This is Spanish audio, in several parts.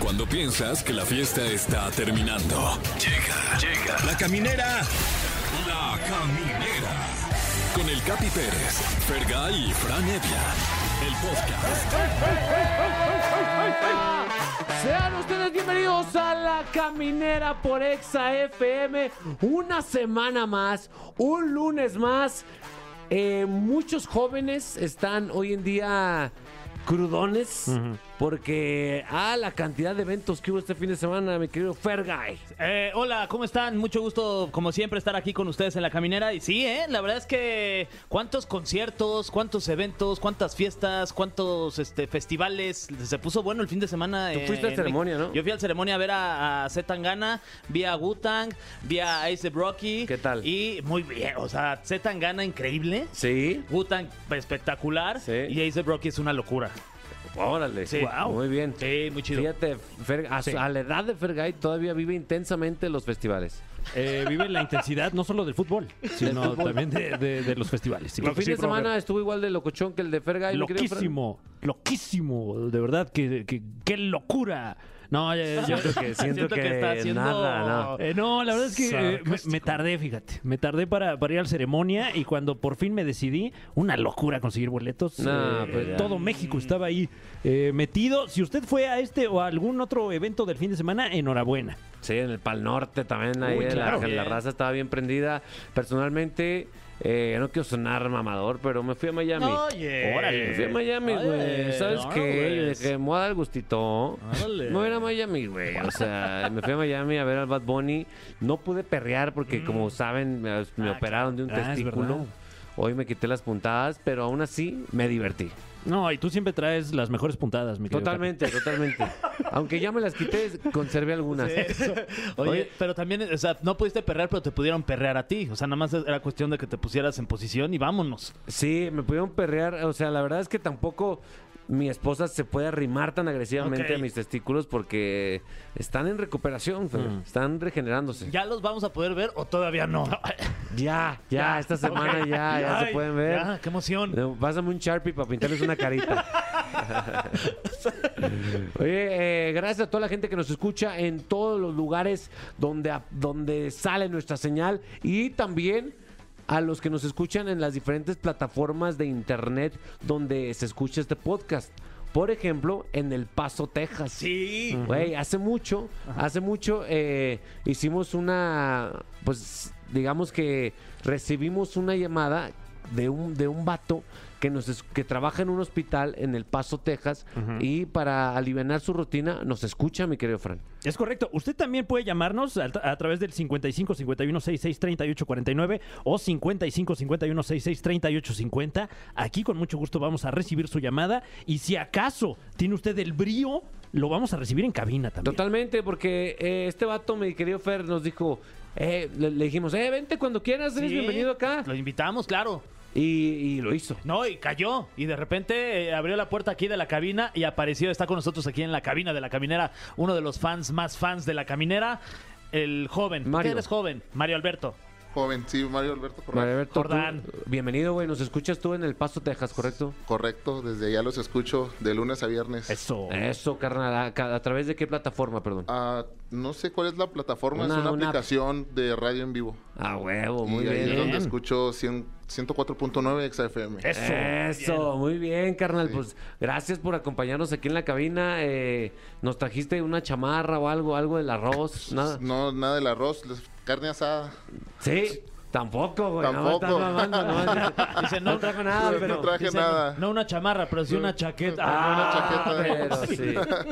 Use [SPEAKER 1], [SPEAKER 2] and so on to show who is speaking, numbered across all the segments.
[SPEAKER 1] Cuando piensas que la fiesta está terminando. Llega, llega. La caminera. La caminera. Con el Capi Pérez, Fergay y Fran Evia. El podcast.
[SPEAKER 2] Sean ustedes bienvenidos a La Caminera por Exa FM. Una semana más, un lunes más. Eh, muchos jóvenes están hoy en día crudones porque a la cantidad de eventos que hubo este fin de semana, mi querido Fergay.
[SPEAKER 3] Eh, hola, ¿cómo están? Mucho gusto, como siempre, estar aquí con ustedes en la caminera. Y sí, ¿eh? la verdad es que cuántos conciertos, cuántos eventos, cuántas fiestas, cuántos este, festivales. Se puso bueno el fin de semana.
[SPEAKER 2] Tú fuiste a
[SPEAKER 3] en-
[SPEAKER 2] ceremonia, ¿no?
[SPEAKER 3] Yo fui a la ceremonia a ver a, a Zetangana, vi a Wu-Tang, vi a Ace de Brocky.
[SPEAKER 2] ¿Qué tal?
[SPEAKER 3] Y muy bien, o sea, Zetangana increíble.
[SPEAKER 2] Sí,
[SPEAKER 3] Wu-Tang espectacular.
[SPEAKER 2] Sí.
[SPEAKER 3] Y Ace de Brocky es una locura.
[SPEAKER 2] órale.
[SPEAKER 3] Sí. Wow.
[SPEAKER 2] Muy bien.
[SPEAKER 3] Sí, muy chido.
[SPEAKER 2] Fíjate, Fer- a, su-
[SPEAKER 3] Sí.
[SPEAKER 2] a la edad de Fergay todavía vive intensamente los festivales.
[SPEAKER 4] Eh, vive la intensidad no solo del fútbol, sino también de, de- de los festivales. Sí,
[SPEAKER 2] El fin
[SPEAKER 4] sí,
[SPEAKER 2] de
[SPEAKER 4] profe.
[SPEAKER 2] semana estuvo igual de locochón que el de Fergay. mi querido Fran.
[SPEAKER 4] Loquísimo, loquísimo, de verdad, que, que- qué locura. No, ya- ya-
[SPEAKER 2] Siento que, siento
[SPEAKER 3] Siento que
[SPEAKER 2] que
[SPEAKER 3] está haciendo-
[SPEAKER 2] nada, no.
[SPEAKER 4] eh, no, la verdad es que eh, me, me tardé, fíjate, me tardé para, para ir a la ceremonia y cuando por fin me decidí, una locura conseguir boletos.
[SPEAKER 2] No,
[SPEAKER 4] eh,
[SPEAKER 2] pues ya.
[SPEAKER 4] todo México estaba ahí eh, metido. Si usted fue a este o a algún otro evento del fin de semana, enhorabuena.
[SPEAKER 2] Sí, en el Pal Norte también, ahí
[SPEAKER 4] Uy,
[SPEAKER 2] en la-
[SPEAKER 4] claro.
[SPEAKER 2] en la,
[SPEAKER 3] Bien.
[SPEAKER 2] raza estaba bien prendida. Personalmente, eh, no quiero sonar mamador, pero me fui a Miami.
[SPEAKER 3] Oye.
[SPEAKER 2] Me fui a Miami, güey. ¿Sabes qué? Yo dije, me voy a dar el gustito.
[SPEAKER 3] Órale.
[SPEAKER 2] Me voy a ir a Miami, güey. O sea, me fui a Miami a ver al Bad Bunny. No pude perrear porque, como saben, me,
[SPEAKER 4] Mm.
[SPEAKER 2] me
[SPEAKER 4] Ah,
[SPEAKER 2] operaron de un
[SPEAKER 4] claro. Ah, es
[SPEAKER 2] testículo.
[SPEAKER 4] verdad.
[SPEAKER 2] Hoy me quité las puntadas, pero aún así me divertí.
[SPEAKER 4] No, y tú siempre traes las mejores puntadas, mi querido.
[SPEAKER 2] Totalmente, totalmente. Aunque ya me las quité, conservé algunas.
[SPEAKER 3] Oye,
[SPEAKER 2] Oye.
[SPEAKER 3] pero también, o sea, no pudiste perrear, pero te pudieron perrear a ti. O sea, nada más era cuestión de que te pusieras en posición y vámonos.
[SPEAKER 2] Sí, me pudieron perrear. O sea, la verdad es que tampoco mi esposa se puede arrimar tan agresivamente
[SPEAKER 3] Ok.
[SPEAKER 2] a mis testículos porque están en recuperación, Fer. están regenerándose. Ya,
[SPEAKER 3] Mm. ¿Ya los vamos a poder ver o todavía no?
[SPEAKER 2] ya, esta semana ya, ya se
[SPEAKER 3] Ay,
[SPEAKER 2] pueden ver.
[SPEAKER 3] ya, qué emoción.
[SPEAKER 2] No, Pásame un Sharpie para pintarles una carita. Oye, eh, gracias a toda la gente que nos escucha en todos los lugares donde, a- donde sale nuestra señal y también a los que nos escuchan en las diferentes plataformas de internet donde se escucha este podcast. Por ejemplo, en El Paso, Texas.
[SPEAKER 3] Sí.
[SPEAKER 2] Güey, hace mucho, hace mucho eh, hicimos una, pues digamos que recibimos una llamada de un, de un vato que, nos, es- que trabaja en un hospital en El Paso, Texas, y para aliviar su rutina nos escucha, mi querido Fran.
[SPEAKER 4] Es correcto. Usted también puede llamarnos a, a través del 55 51 66 38 49 o 55 51 66 38 50. Aquí con mucho gusto vamos a recibir su llamada y si acaso tiene usted el brío, lo vamos a recibir en cabina también.
[SPEAKER 2] Totalmente, porque eh, este vato, mi querido Fer, nos dijo, eh, le, le dijimos, eh, vente cuando quieras, eres
[SPEAKER 3] Sí,
[SPEAKER 2] bienvenido acá.
[SPEAKER 3] Lo invitamos, claro.
[SPEAKER 2] Y, y lo hizo.
[SPEAKER 3] No, y cayó. Y de repente eh, abrió la puerta aquí de la cabina y apareció, está con nosotros aquí en la cabina de la caminera, uno de los fans más fans de la caminera, el joven.
[SPEAKER 2] Mario.
[SPEAKER 3] ¿Qué eres joven? Mario Alberto.
[SPEAKER 5] Joven, sí, Mario Alberto, correcto.
[SPEAKER 2] Mario Alberto, tú-
[SPEAKER 3] Jordán.
[SPEAKER 2] bienvenido, güey, nos escuchas tú en El Paso, Texas, ¿correcto?
[SPEAKER 5] Correcto, desde allá los escucho de lunes a viernes.
[SPEAKER 4] Eso.
[SPEAKER 2] Eso, carnal. ¿A, ca- a través de qué plataforma, perdón?
[SPEAKER 5] Ah, no sé cuál es la plataforma,
[SPEAKER 2] Una-
[SPEAKER 5] es una,
[SPEAKER 2] una app.
[SPEAKER 5] aplicación de radio en vivo.
[SPEAKER 2] A huevo, muy
[SPEAKER 5] y ahí es
[SPEAKER 2] bien.
[SPEAKER 5] donde escucho 100 104.9 XFM.
[SPEAKER 3] Eso.
[SPEAKER 2] Eso, muy bien, carnal. Pues gracias por acompañarnos aquí en la cabina. Eh, nos trajiste una chamarra o algo, algo del arroz, nada.
[SPEAKER 5] No, nada del arroz, les- carne asada.
[SPEAKER 2] Sí, tampoco, güey. nada más estás
[SPEAKER 5] Tampoco.
[SPEAKER 2] mamando, nada más.
[SPEAKER 3] Dice,
[SPEAKER 2] no, trajo nada,
[SPEAKER 5] no
[SPEAKER 2] pero.
[SPEAKER 5] traje
[SPEAKER 3] dice,
[SPEAKER 5] nada.
[SPEAKER 3] No una chamarra, pero sí una chaqueta.
[SPEAKER 2] Ah,
[SPEAKER 5] una chaqueta.
[SPEAKER 2] pero sí.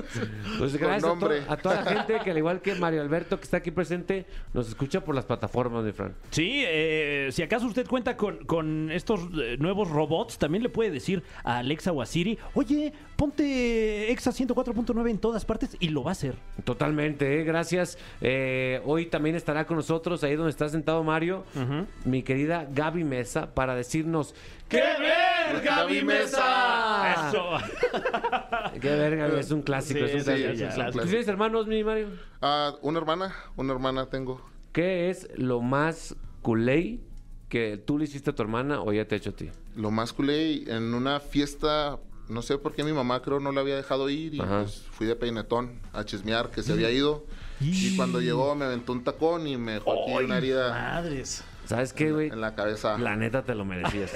[SPEAKER 2] Pues
[SPEAKER 5] Con
[SPEAKER 2] gracias a, to-
[SPEAKER 5] nombre.
[SPEAKER 2] a toda la gente que, al igual que Mario Alberto, que está aquí presente, nos escucha por las plataformas de Fran.
[SPEAKER 4] Sí, eh, si acaso usted cuenta con, con estos eh, nuevos robots, también le puede decir a Alexa o a Siri, oye, ponte Exa 104.9 en todas partes y lo va a hacer.
[SPEAKER 2] Totalmente, eh, gracias. Eh, hoy también estará con nosotros, ahí donde está sentado Mario, mi querida Gaby Mesa, para decirnos... ¡Qué ver,
[SPEAKER 5] Gaby Mesa!
[SPEAKER 4] Eso.
[SPEAKER 2] ¡Qué ver, Gaby! Es un clásico, es un
[SPEAKER 3] sí,
[SPEAKER 2] clásico.
[SPEAKER 3] sí, es un
[SPEAKER 2] ¿Tú
[SPEAKER 5] clásico.
[SPEAKER 2] tienes hermanos, mi Mario?
[SPEAKER 5] Ah, una hermana, una hermana tengo.
[SPEAKER 2] ¿Qué es lo más culé que tú le hiciste a tu hermana o ya te ha hecho a ti?
[SPEAKER 5] Lo más culé en una fiesta no sé por qué mi mamá creo no la había dejado ir y
[SPEAKER 2] Ajá.
[SPEAKER 5] pues fui de peinetón a chismear que se había ido.
[SPEAKER 4] Y-
[SPEAKER 5] Y cuando llegó me aventó un tacón y me dejó aquí una herida
[SPEAKER 3] Madres.
[SPEAKER 2] ¿Sabes qué, güey?
[SPEAKER 5] en la cabeza.
[SPEAKER 2] La neta te lo merecías.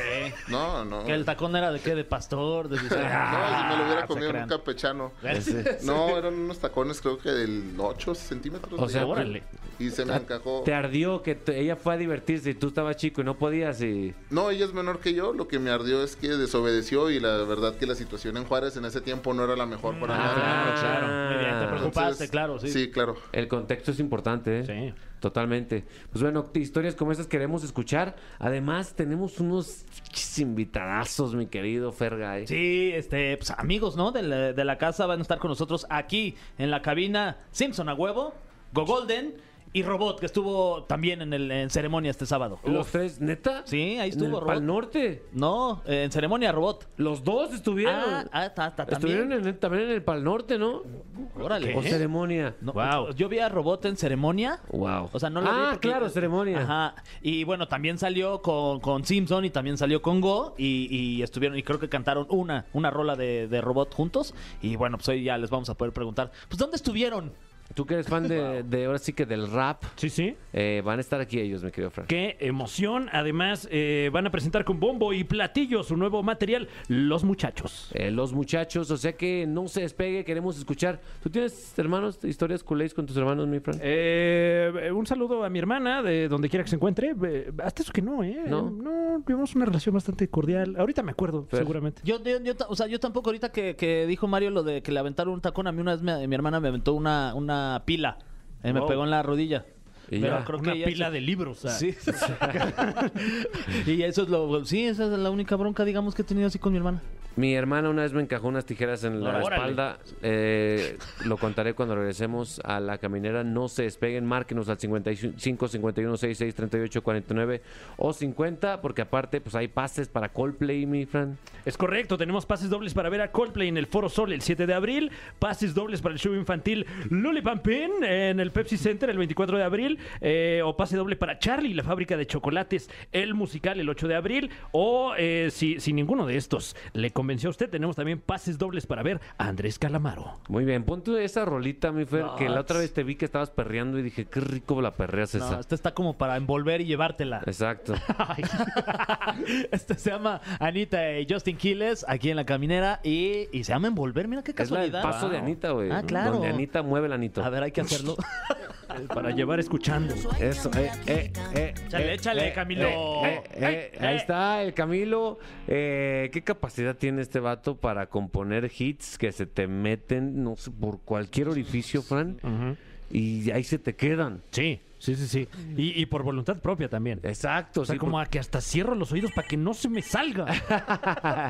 [SPEAKER 5] No, no.
[SPEAKER 3] ¿Que el tacón era de qué? ¿De pastor? ¿De
[SPEAKER 5] No,
[SPEAKER 3] "Ah,
[SPEAKER 5] si me lo hubiera
[SPEAKER 3] Se
[SPEAKER 5] comido en
[SPEAKER 3] crean.
[SPEAKER 5] un campechano.
[SPEAKER 2] Ese.
[SPEAKER 5] No, eran unos tacones creo que del 8 centímetros.
[SPEAKER 2] O
[SPEAKER 5] de-
[SPEAKER 2] sea,
[SPEAKER 3] Órale. Ah,
[SPEAKER 5] y se me encajó.
[SPEAKER 2] Ah, te ardió que te- ella fue a divertirse y tú estabas chico y no podías y...
[SPEAKER 5] No, ella es menor que yo. Lo que me ardió es que desobedeció y la verdad que la situación en Juárez en ese tiempo no era la mejor para
[SPEAKER 3] Ah,
[SPEAKER 5] mí.
[SPEAKER 3] claro, claro. Muy bien, te preocupaste,
[SPEAKER 5] Entonces,
[SPEAKER 3] claro, sí.
[SPEAKER 5] Sí, claro.
[SPEAKER 2] El contexto es importante, ¿eh?
[SPEAKER 3] Sí.
[SPEAKER 2] Totalmente. Pues bueno, historias como estas queremos escuchar. Además, tenemos unos chiquis invitadazos, mi querido Fergay.
[SPEAKER 3] Sí, este, pues, amigos, ¿no? De la, de la casa van a estar con nosotros aquí en la cabina Simpson a huevo, Go Golden y Robot, que estuvo también en, el, en ceremonia este sábado.
[SPEAKER 2] Los tres, ¿neta?
[SPEAKER 3] Sí, ahí
[SPEAKER 2] En
[SPEAKER 3] estuvo,
[SPEAKER 2] el
[SPEAKER 3] Rod.
[SPEAKER 2] Pal Norte.
[SPEAKER 3] No, eh, en ceremonia Robot.
[SPEAKER 2] Los dos estuvieron.
[SPEAKER 3] Ah, ah, está, está,
[SPEAKER 2] estuvieron
[SPEAKER 3] también.
[SPEAKER 2] en el- también en el Pal Norte, ¿no?
[SPEAKER 3] Órale.
[SPEAKER 2] Por ceremonia.
[SPEAKER 3] No,
[SPEAKER 4] Wow.
[SPEAKER 3] Yo vi a Robot en ceremonia.
[SPEAKER 2] Wow.
[SPEAKER 3] O sea, no lo vi
[SPEAKER 2] Ah,
[SPEAKER 3] porque-
[SPEAKER 2] claro, ceremonia.
[SPEAKER 3] Ajá. Y bueno, también salió con, con Simpson y también salió con Go. Y, y estuvieron, y creo que cantaron una, una rola de, de robot juntos. Y bueno, pues hoy ya les vamos a poder preguntar, pues ¿dónde estuvieron?
[SPEAKER 2] Tú que eres fan de, de ahora sí que del rap,
[SPEAKER 4] Sí, sí.
[SPEAKER 2] eh, van a estar aquí ellos, mi querido Fran.
[SPEAKER 4] Qué emoción. Además, eh, van a presentar con bombo y platillo su nuevo material, Los Muchachos.
[SPEAKER 2] Eh, los muchachos, o sea que no se despegue, queremos escuchar. ¿Tú tienes hermanos, historias culés con tus hermanos, mi Fran?
[SPEAKER 4] Eh, un saludo a mi hermana, de donde quiera que se encuentre. Eh, hasta eso que no, ¿eh?
[SPEAKER 2] No.
[SPEAKER 4] no, tuvimos una relación bastante cordial. Ahorita me acuerdo,
[SPEAKER 2] Fer.
[SPEAKER 4] seguramente.
[SPEAKER 3] Yo, yo, yo ta- o sea, yo tampoco ahorita que, que dijo Mario lo de que le aventaron un tacón, a mí una vez me- mi hermana me aventó una, una pila. Eh, Me
[SPEAKER 4] Wow.
[SPEAKER 3] pegó en la rodilla.
[SPEAKER 2] Y ya.
[SPEAKER 4] Una
[SPEAKER 3] ella
[SPEAKER 4] pila
[SPEAKER 3] se-
[SPEAKER 4] de libros. ah.
[SPEAKER 3] Sí. y eso es lo. Sí, esa es la única bronca, digamos, que he tenido así con mi hermana.
[SPEAKER 2] Mi hermana una vez me encajó unas tijeras en la
[SPEAKER 4] Órale.
[SPEAKER 2] espalda. Eh, lo contaré cuando regresemos a la caminera. No se despeguen, márquenos al 55 51 66 38 49 o 50, porque aparte pues hay pases para Coldplay, mi Fran.
[SPEAKER 4] Es correcto, tenemos pases dobles para ver a Coldplay en el Foro Sol el 7 de abril, pases dobles para el show infantil Luli Pampín en el Pepsi Center el 24 de abril, eh, o pase doble para Charlie, la fábrica de chocolates, el musical el 8 de abril, o eh, si, si ninguno de estos le convenció a usted, tenemos también pases dobles para ver a Andrés Calamaro.
[SPEAKER 2] Muy bien, ponte esa rolita, mi Fer,
[SPEAKER 3] No,
[SPEAKER 2] que la otra
[SPEAKER 3] es-
[SPEAKER 2] vez te vi que estabas perreando y dije, qué rico la perreas
[SPEAKER 3] No,
[SPEAKER 2] esa.
[SPEAKER 3] esta está como para envolver y llevártela.
[SPEAKER 2] Exacto.
[SPEAKER 3] Ay. Esta se llama Anita y Justin Quiles aquí en la caminera y, y se llama envolver. Mira qué
[SPEAKER 2] Es la
[SPEAKER 3] casualidad.
[SPEAKER 2] del paso de
[SPEAKER 3] Wow.
[SPEAKER 2] Anita, güey.
[SPEAKER 3] Ah, claro.
[SPEAKER 2] Donde Anita mueve el anito.
[SPEAKER 3] A ver, hay que hacerlo.
[SPEAKER 4] Para llevar escuchando.
[SPEAKER 2] Eso, eh, eh, eh.
[SPEAKER 3] Échale,
[SPEAKER 2] eh,
[SPEAKER 3] échale, Camilo.
[SPEAKER 2] eh, eh,
[SPEAKER 3] Ay,
[SPEAKER 2] ahí
[SPEAKER 3] eh.
[SPEAKER 2] está el Camilo. Eh, ¿Qué capacidad tiene este vato para componer hits que se te meten, no sé, por cualquier orificio, Fran? Y ahí se te quedan.
[SPEAKER 4] Sí, sí, sí, sí. Y, y por voluntad propia también.
[SPEAKER 2] Exacto.
[SPEAKER 4] O sea,
[SPEAKER 2] sí,
[SPEAKER 4] como a que hasta cierro los oídos para que no se me salga.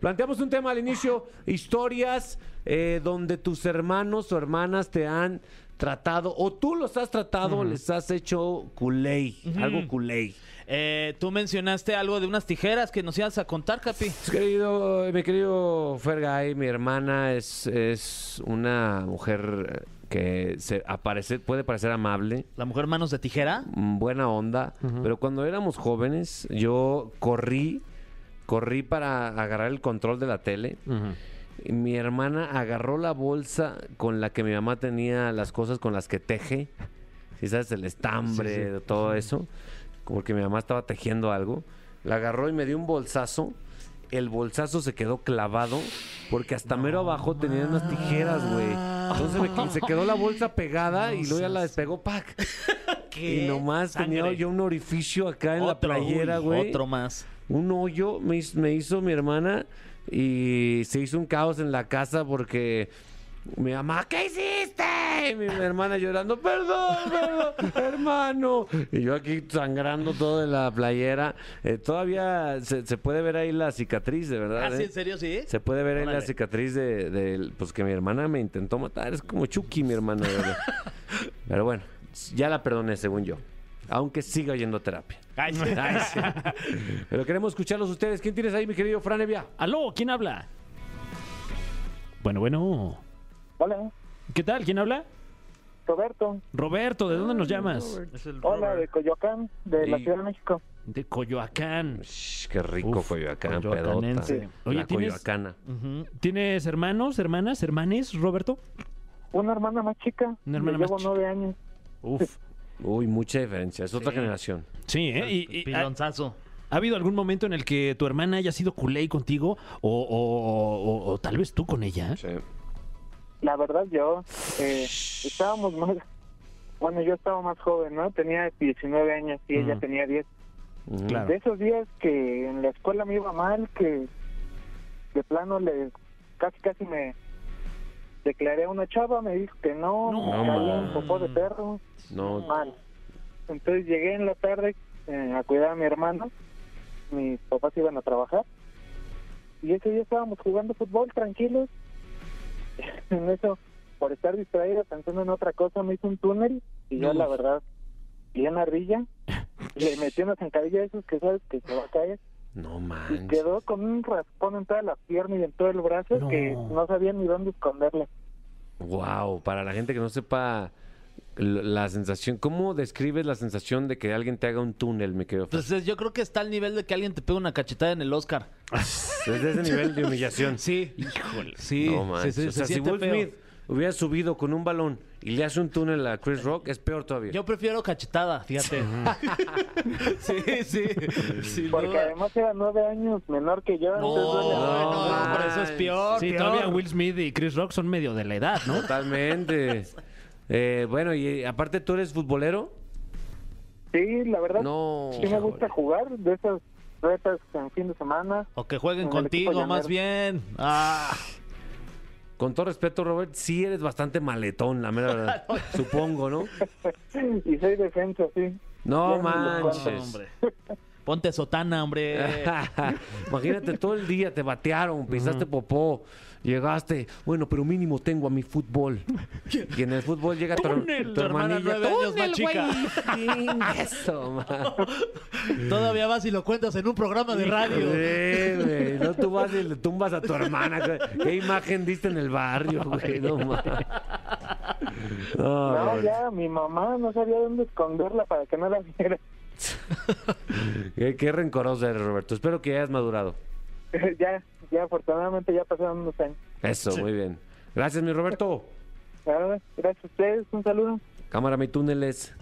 [SPEAKER 2] Planteamos un tema al inicio, historias eh, donde tus hermanos o hermanas te han tratado, o tú los has tratado, les has hecho culé, algo culé.
[SPEAKER 3] Eh, tú mencionaste algo de unas tijeras que nos ibas a contar, Capi.
[SPEAKER 2] Pues, Querido, mi querido Fergay, mi hermana es, es una mujer eh, que se aparece, puede parecer amable,
[SPEAKER 3] La mujer manos de tijera.
[SPEAKER 2] mm, buena onda, pero cuando éramos jóvenes yo corrí, corrí para agarrar el control de la tele. Y mi hermana agarró la bolsa con la que mi mamá tenía las cosas con las que teje. Si sabes, el estambre, todo eso. Como que mi mamá estaba tejiendo algo. La agarró y me dio un bolsazo. El bolsazo se quedó clavado porque hasta mero abajo tenía unas tijeras, güey. Entonces me que- se quedó la bolsa pegada y luego ya la despegó, ¡pac! Y nomás tenía
[SPEAKER 4] Sangre.
[SPEAKER 2] yo un orificio acá en la playera,
[SPEAKER 3] uy,
[SPEAKER 2] güey
[SPEAKER 3] Otro más.
[SPEAKER 2] un hoyo me, hiz- me hizo mi hermana y se hizo un caos en la casa porque mi mamá, ¿qué hiciste? Y mi, mi hermana llorando, perdón, perdón, hermano. Y yo aquí sangrando todo de la playera. Eh, todavía se, se puede ver ahí la cicatriz, de verdad.
[SPEAKER 3] ¿Ah, sí,
[SPEAKER 2] ¿eh?
[SPEAKER 3] en serio, sí?
[SPEAKER 2] Se puede ver ahí la
[SPEAKER 3] Órale.
[SPEAKER 2] cicatriz de, del- pues que mi hermana me intentó matar. Es como Chucky, mi hermana. de verdad. Pero bueno, ya la perdoné, según yo. Aunque siga yendo a terapia.
[SPEAKER 3] Ay, sí.
[SPEAKER 2] Pero queremos escucharlos ustedes. ¿Quién tienes ahí, mi querido Fran Evia?
[SPEAKER 4] Aló, ¿quién habla? Bueno, bueno.
[SPEAKER 6] Hola,
[SPEAKER 4] ¿Qué tal? ¿Quién habla?
[SPEAKER 6] Roberto.
[SPEAKER 4] Roberto, ¿de dónde nos llamas?
[SPEAKER 6] Hola, de Coyoacán, de la
[SPEAKER 2] Y-
[SPEAKER 6] Ciudad de México.
[SPEAKER 4] de Coyoacán.
[SPEAKER 2] Shh, qué rico
[SPEAKER 4] Uf,
[SPEAKER 2] Coyoacán, pedota.
[SPEAKER 4] coyoacanense. Oye,
[SPEAKER 2] la
[SPEAKER 4] ¿tienes-
[SPEAKER 2] Coyoacana.
[SPEAKER 4] Ujú. ¿Tienes hermanos, hermanas, hermanes, Roberto?
[SPEAKER 7] Una hermana más chica.
[SPEAKER 4] Una hermana
[SPEAKER 7] le
[SPEAKER 4] más
[SPEAKER 7] llevo
[SPEAKER 4] chica.
[SPEAKER 7] nueve años.
[SPEAKER 4] Uf.
[SPEAKER 2] Uy, mucha diferencia. Es otra generación.
[SPEAKER 4] Sí, ¿eh? Y- y- ha,
[SPEAKER 3] Pilonzazo.
[SPEAKER 4] ha habido algún momento en el que tu hermana haya sido culé contigo o, o- o- o- o tal vez tú con ella?
[SPEAKER 2] Sí.
[SPEAKER 7] La verdad, yo. eh, estábamos más. Bueno, yo estaba más joven, ¿no? Tenía 19 años y ella
[SPEAKER 4] Mm.
[SPEAKER 7] tenía 10.
[SPEAKER 2] Ujú.
[SPEAKER 4] Claro.
[SPEAKER 7] De esos días que en la escuela me iba mal, que de plano le casi casi me declaré a una chava, me dijo que no,
[SPEAKER 4] No,
[SPEAKER 7] me cayó
[SPEAKER 2] man.
[SPEAKER 7] un popó de perro,
[SPEAKER 2] No,
[SPEAKER 7] mal. Entonces llegué en la tarde eh, a cuidar a mi hermano, mis papás iban a trabajar y ese día estábamos jugando fútbol tranquilos. En eso, por estar distraído pensando en otra cosa, me hizo un túnel y yo
[SPEAKER 4] Uf.
[SPEAKER 7] la verdad, bien ardilla, le metí una zancadilla de esos que sabes que se va a caer.
[SPEAKER 2] no
[SPEAKER 7] Y
[SPEAKER 2] manches.
[SPEAKER 7] quedó con un raspón en toda la pierna y en todo el brazo
[SPEAKER 4] No.
[SPEAKER 7] que no sabía ni dónde esconderla.
[SPEAKER 2] Wow, para la gente que no sepa l- la sensación, ¿cómo describes la sensación de que alguien te haga un túnel, mi querido? Fer?
[SPEAKER 3] Pues eh, yo creo que está al nivel de que alguien te pegue una cachetada en el Oscar.
[SPEAKER 2] Es de ese nivel de humillación.
[SPEAKER 3] Sí. Híjole. Sí.
[SPEAKER 2] no
[SPEAKER 3] sí,
[SPEAKER 2] manches.
[SPEAKER 3] sí, se
[SPEAKER 2] o sea, si
[SPEAKER 3] siente
[SPEAKER 2] Will
[SPEAKER 3] feo.
[SPEAKER 2] Smith hubiera subido con un balón y le hace un túnel a Chris Rock, es peor todavía.
[SPEAKER 3] Yo prefiero cachetada, fíjate. sí, sí. sin
[SPEAKER 7] Porque
[SPEAKER 3] duda.
[SPEAKER 7] además era nueve años menor que yo.
[SPEAKER 3] No,
[SPEAKER 7] entonces duele más.
[SPEAKER 3] no,
[SPEAKER 2] no,
[SPEAKER 3] por eso es
[SPEAKER 2] man.
[SPEAKER 3] peor.
[SPEAKER 4] Sí,
[SPEAKER 3] peor.
[SPEAKER 4] todavía Will Smith y Chris Rock son medio de la edad, ¿no?
[SPEAKER 2] Totalmente. Eh, bueno, y eh, aparte tú eres futbolero.
[SPEAKER 7] Sí, la verdad,
[SPEAKER 2] No.
[SPEAKER 7] sí me gusta jugar de esas retas en fin de semana.
[SPEAKER 3] O que jueguen
[SPEAKER 7] En el
[SPEAKER 3] contigo,
[SPEAKER 7] equipo
[SPEAKER 3] más bien. Ah,
[SPEAKER 2] Con todo respeto, Robert, sí eres bastante maletón, la mera verdad. Supongo, ¿no?
[SPEAKER 7] Y soy defensa, sí.
[SPEAKER 2] No
[SPEAKER 7] Ya me lo
[SPEAKER 2] manches.
[SPEAKER 3] hombre. Ponte sotana, hombre.
[SPEAKER 2] Imagínate, todo el día te batearon, pisaste popó, llegaste, bueno, pero mínimo tengo a mi fútbol. Y en el fútbol llega tu,
[SPEAKER 3] Túnel, tu hermana
[SPEAKER 2] hermanilla,
[SPEAKER 3] nueve años más
[SPEAKER 2] "Túnel, güey". Sí, Eso, man.
[SPEAKER 3] Todavía vas y lo cuentas en un programa de radio.
[SPEAKER 2] Sí, güey, No tú vas y le tumbas a tu hermana. güey. ¿Qué imagen diste en el barrio, güey? No, man. No,
[SPEAKER 7] No,
[SPEAKER 2] güey.
[SPEAKER 7] ya, mi mamá no sabía dónde esconderla para que no la viera.
[SPEAKER 2] Qué, qué rencoroso eres, Roberto. Espero que hayas madurado.
[SPEAKER 7] ya, ya, afortunadamente ya pasaron unos años.
[SPEAKER 2] Eso, muy bien. Gracias, mi Roberto.
[SPEAKER 7] Ah, Gracias a ustedes, un saludo.
[SPEAKER 2] Cámara, mi túneles.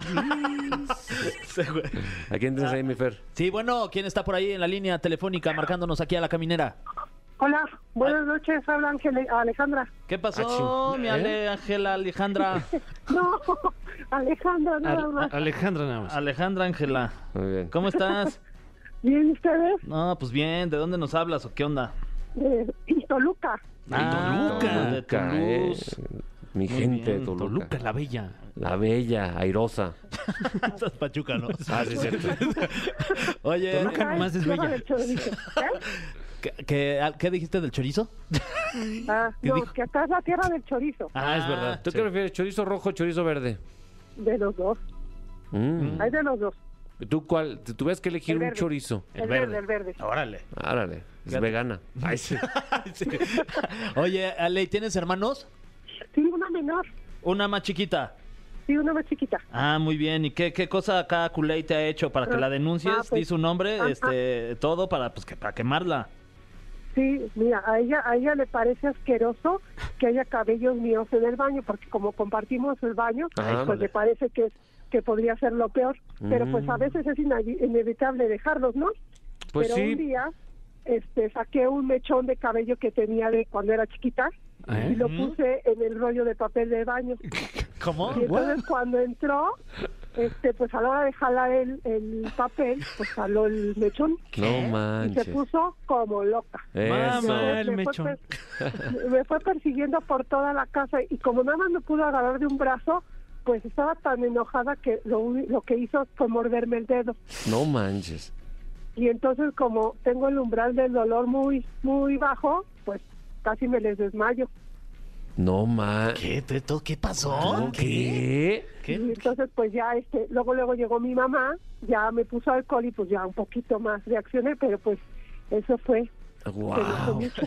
[SPEAKER 2] ¿A quién tienes ahí, mi Fer?
[SPEAKER 3] Sí, bueno, ¿quién está por ahí en la línea telefónica marcándonos aquí a la caminera?
[SPEAKER 8] Hola, buenas noches, habla Ángel, Alejandra.
[SPEAKER 3] ¿Qué
[SPEAKER 2] Ah,
[SPEAKER 3] pasó, mi
[SPEAKER 2] ¿Eh?
[SPEAKER 3] Ale, Ángela Alejandra?
[SPEAKER 8] No, Alejandra, nada
[SPEAKER 4] Al-
[SPEAKER 8] más.
[SPEAKER 4] Alejandra nada más.
[SPEAKER 3] Alejandra Ángela.
[SPEAKER 2] Muy bien.
[SPEAKER 3] ¿Cómo estás?
[SPEAKER 8] Bien, ustedes,
[SPEAKER 3] No, pues bien, ¿de dónde nos hablas o qué onda?
[SPEAKER 8] de Eh, Toluca.
[SPEAKER 4] Ah,
[SPEAKER 3] Toluca.
[SPEAKER 4] Toluca.
[SPEAKER 3] de
[SPEAKER 2] Toluca,
[SPEAKER 3] Toulouse.
[SPEAKER 2] eh. Mi gente de Toluca.
[SPEAKER 4] Toluca, la bella.
[SPEAKER 2] La bella, airosa.
[SPEAKER 3] Estás pachuca, ¿no?
[SPEAKER 2] Ah, sí, cierto.
[SPEAKER 3] Oye,
[SPEAKER 4] Toluca. Nunca nomás es
[SPEAKER 8] Ay,
[SPEAKER 4] bella.
[SPEAKER 8] del chorizo, ¿eh?
[SPEAKER 3] ¿qué, qué, al- qué dijiste del chorizo?
[SPEAKER 8] Ah,
[SPEAKER 3] ¿Qué
[SPEAKER 8] no,
[SPEAKER 3] dijo?
[SPEAKER 8] que acá es la tierra del chorizo,
[SPEAKER 4] Ah, es verdad.
[SPEAKER 2] ¿Tú
[SPEAKER 4] Sí.
[SPEAKER 2] qué prefieres, chorizo rojo o chorizo verde?
[SPEAKER 8] de los dos,
[SPEAKER 2] Mm.
[SPEAKER 8] hay de los dos.
[SPEAKER 2] ¿Tú cuál? Si tuvieras que
[SPEAKER 8] El
[SPEAKER 2] elegir un
[SPEAKER 8] verde.
[SPEAKER 2] chorizo.
[SPEAKER 8] El, verde, el verde.
[SPEAKER 3] Órale.
[SPEAKER 2] Árale, es vegana. Ay, sí.
[SPEAKER 3] Sí. Oye, Ale, ¿tienes hermanos?
[SPEAKER 8] Sí, una menor,
[SPEAKER 3] Una más chiquita.
[SPEAKER 8] sí, una más chiquita.
[SPEAKER 3] Ah, muy bien. ¿Y qué, qué cosa acá Culey te ha hecho para que la denuncies?
[SPEAKER 8] Ah, pues,
[SPEAKER 3] Di su nombre,
[SPEAKER 8] ajá.
[SPEAKER 3] este, todo para pues que para quemarla.
[SPEAKER 8] Sí, mira, a ella, a ella le parece asqueroso que haya cabellos míos en el baño, porque como compartimos el baño,
[SPEAKER 2] Ah,
[SPEAKER 8] pues
[SPEAKER 2] ándale. Mm.
[SPEAKER 8] le parece que, que podría ser lo peor. Pero pues a veces es ina- inevitable dejarlos, ¿no?
[SPEAKER 2] Pues
[SPEAKER 8] Pero un
[SPEAKER 2] sí.
[SPEAKER 8] día este, saqué un mechón de cabello que tenía de cuando era chiquita
[SPEAKER 4] ¿Eh?
[SPEAKER 8] y lo puse en el rollo de papel de baño.
[SPEAKER 3] ¿Cómo?
[SPEAKER 8] Y entonces cuando entró, este, pues a la hora de jalar el, el papel, pues jaló el mechón
[SPEAKER 2] No
[SPEAKER 8] y se
[SPEAKER 2] manches. Eh,
[SPEAKER 8] puso como loca.
[SPEAKER 2] Eso.
[SPEAKER 4] Mamá. Ah, el
[SPEAKER 7] Este,
[SPEAKER 8] me,
[SPEAKER 4] mechón.
[SPEAKER 8] Fue, per- me fue persiguiendo por toda la casa y como nada más me pudo agarrar de un brazo, pues estaba tan enojada que lo, uni- lo que hizo fue morderme el dedo.
[SPEAKER 2] No manches.
[SPEAKER 8] Y entonces como tengo el umbral del dolor muy, muy bajo, pues casi me les desmayo.
[SPEAKER 2] No manches.
[SPEAKER 3] ¿Qué, te- to- qué pasó?
[SPEAKER 2] ¿Qué?
[SPEAKER 8] Y
[SPEAKER 3] ¿Qué?
[SPEAKER 8] entonces pues ya, este, luego, luego llegó mi mamá, ya me puso alcohol y pues ya un poquito más reaccioné, pero pues eso fue. se me hizo
[SPEAKER 2] Wow.
[SPEAKER 8] mucho.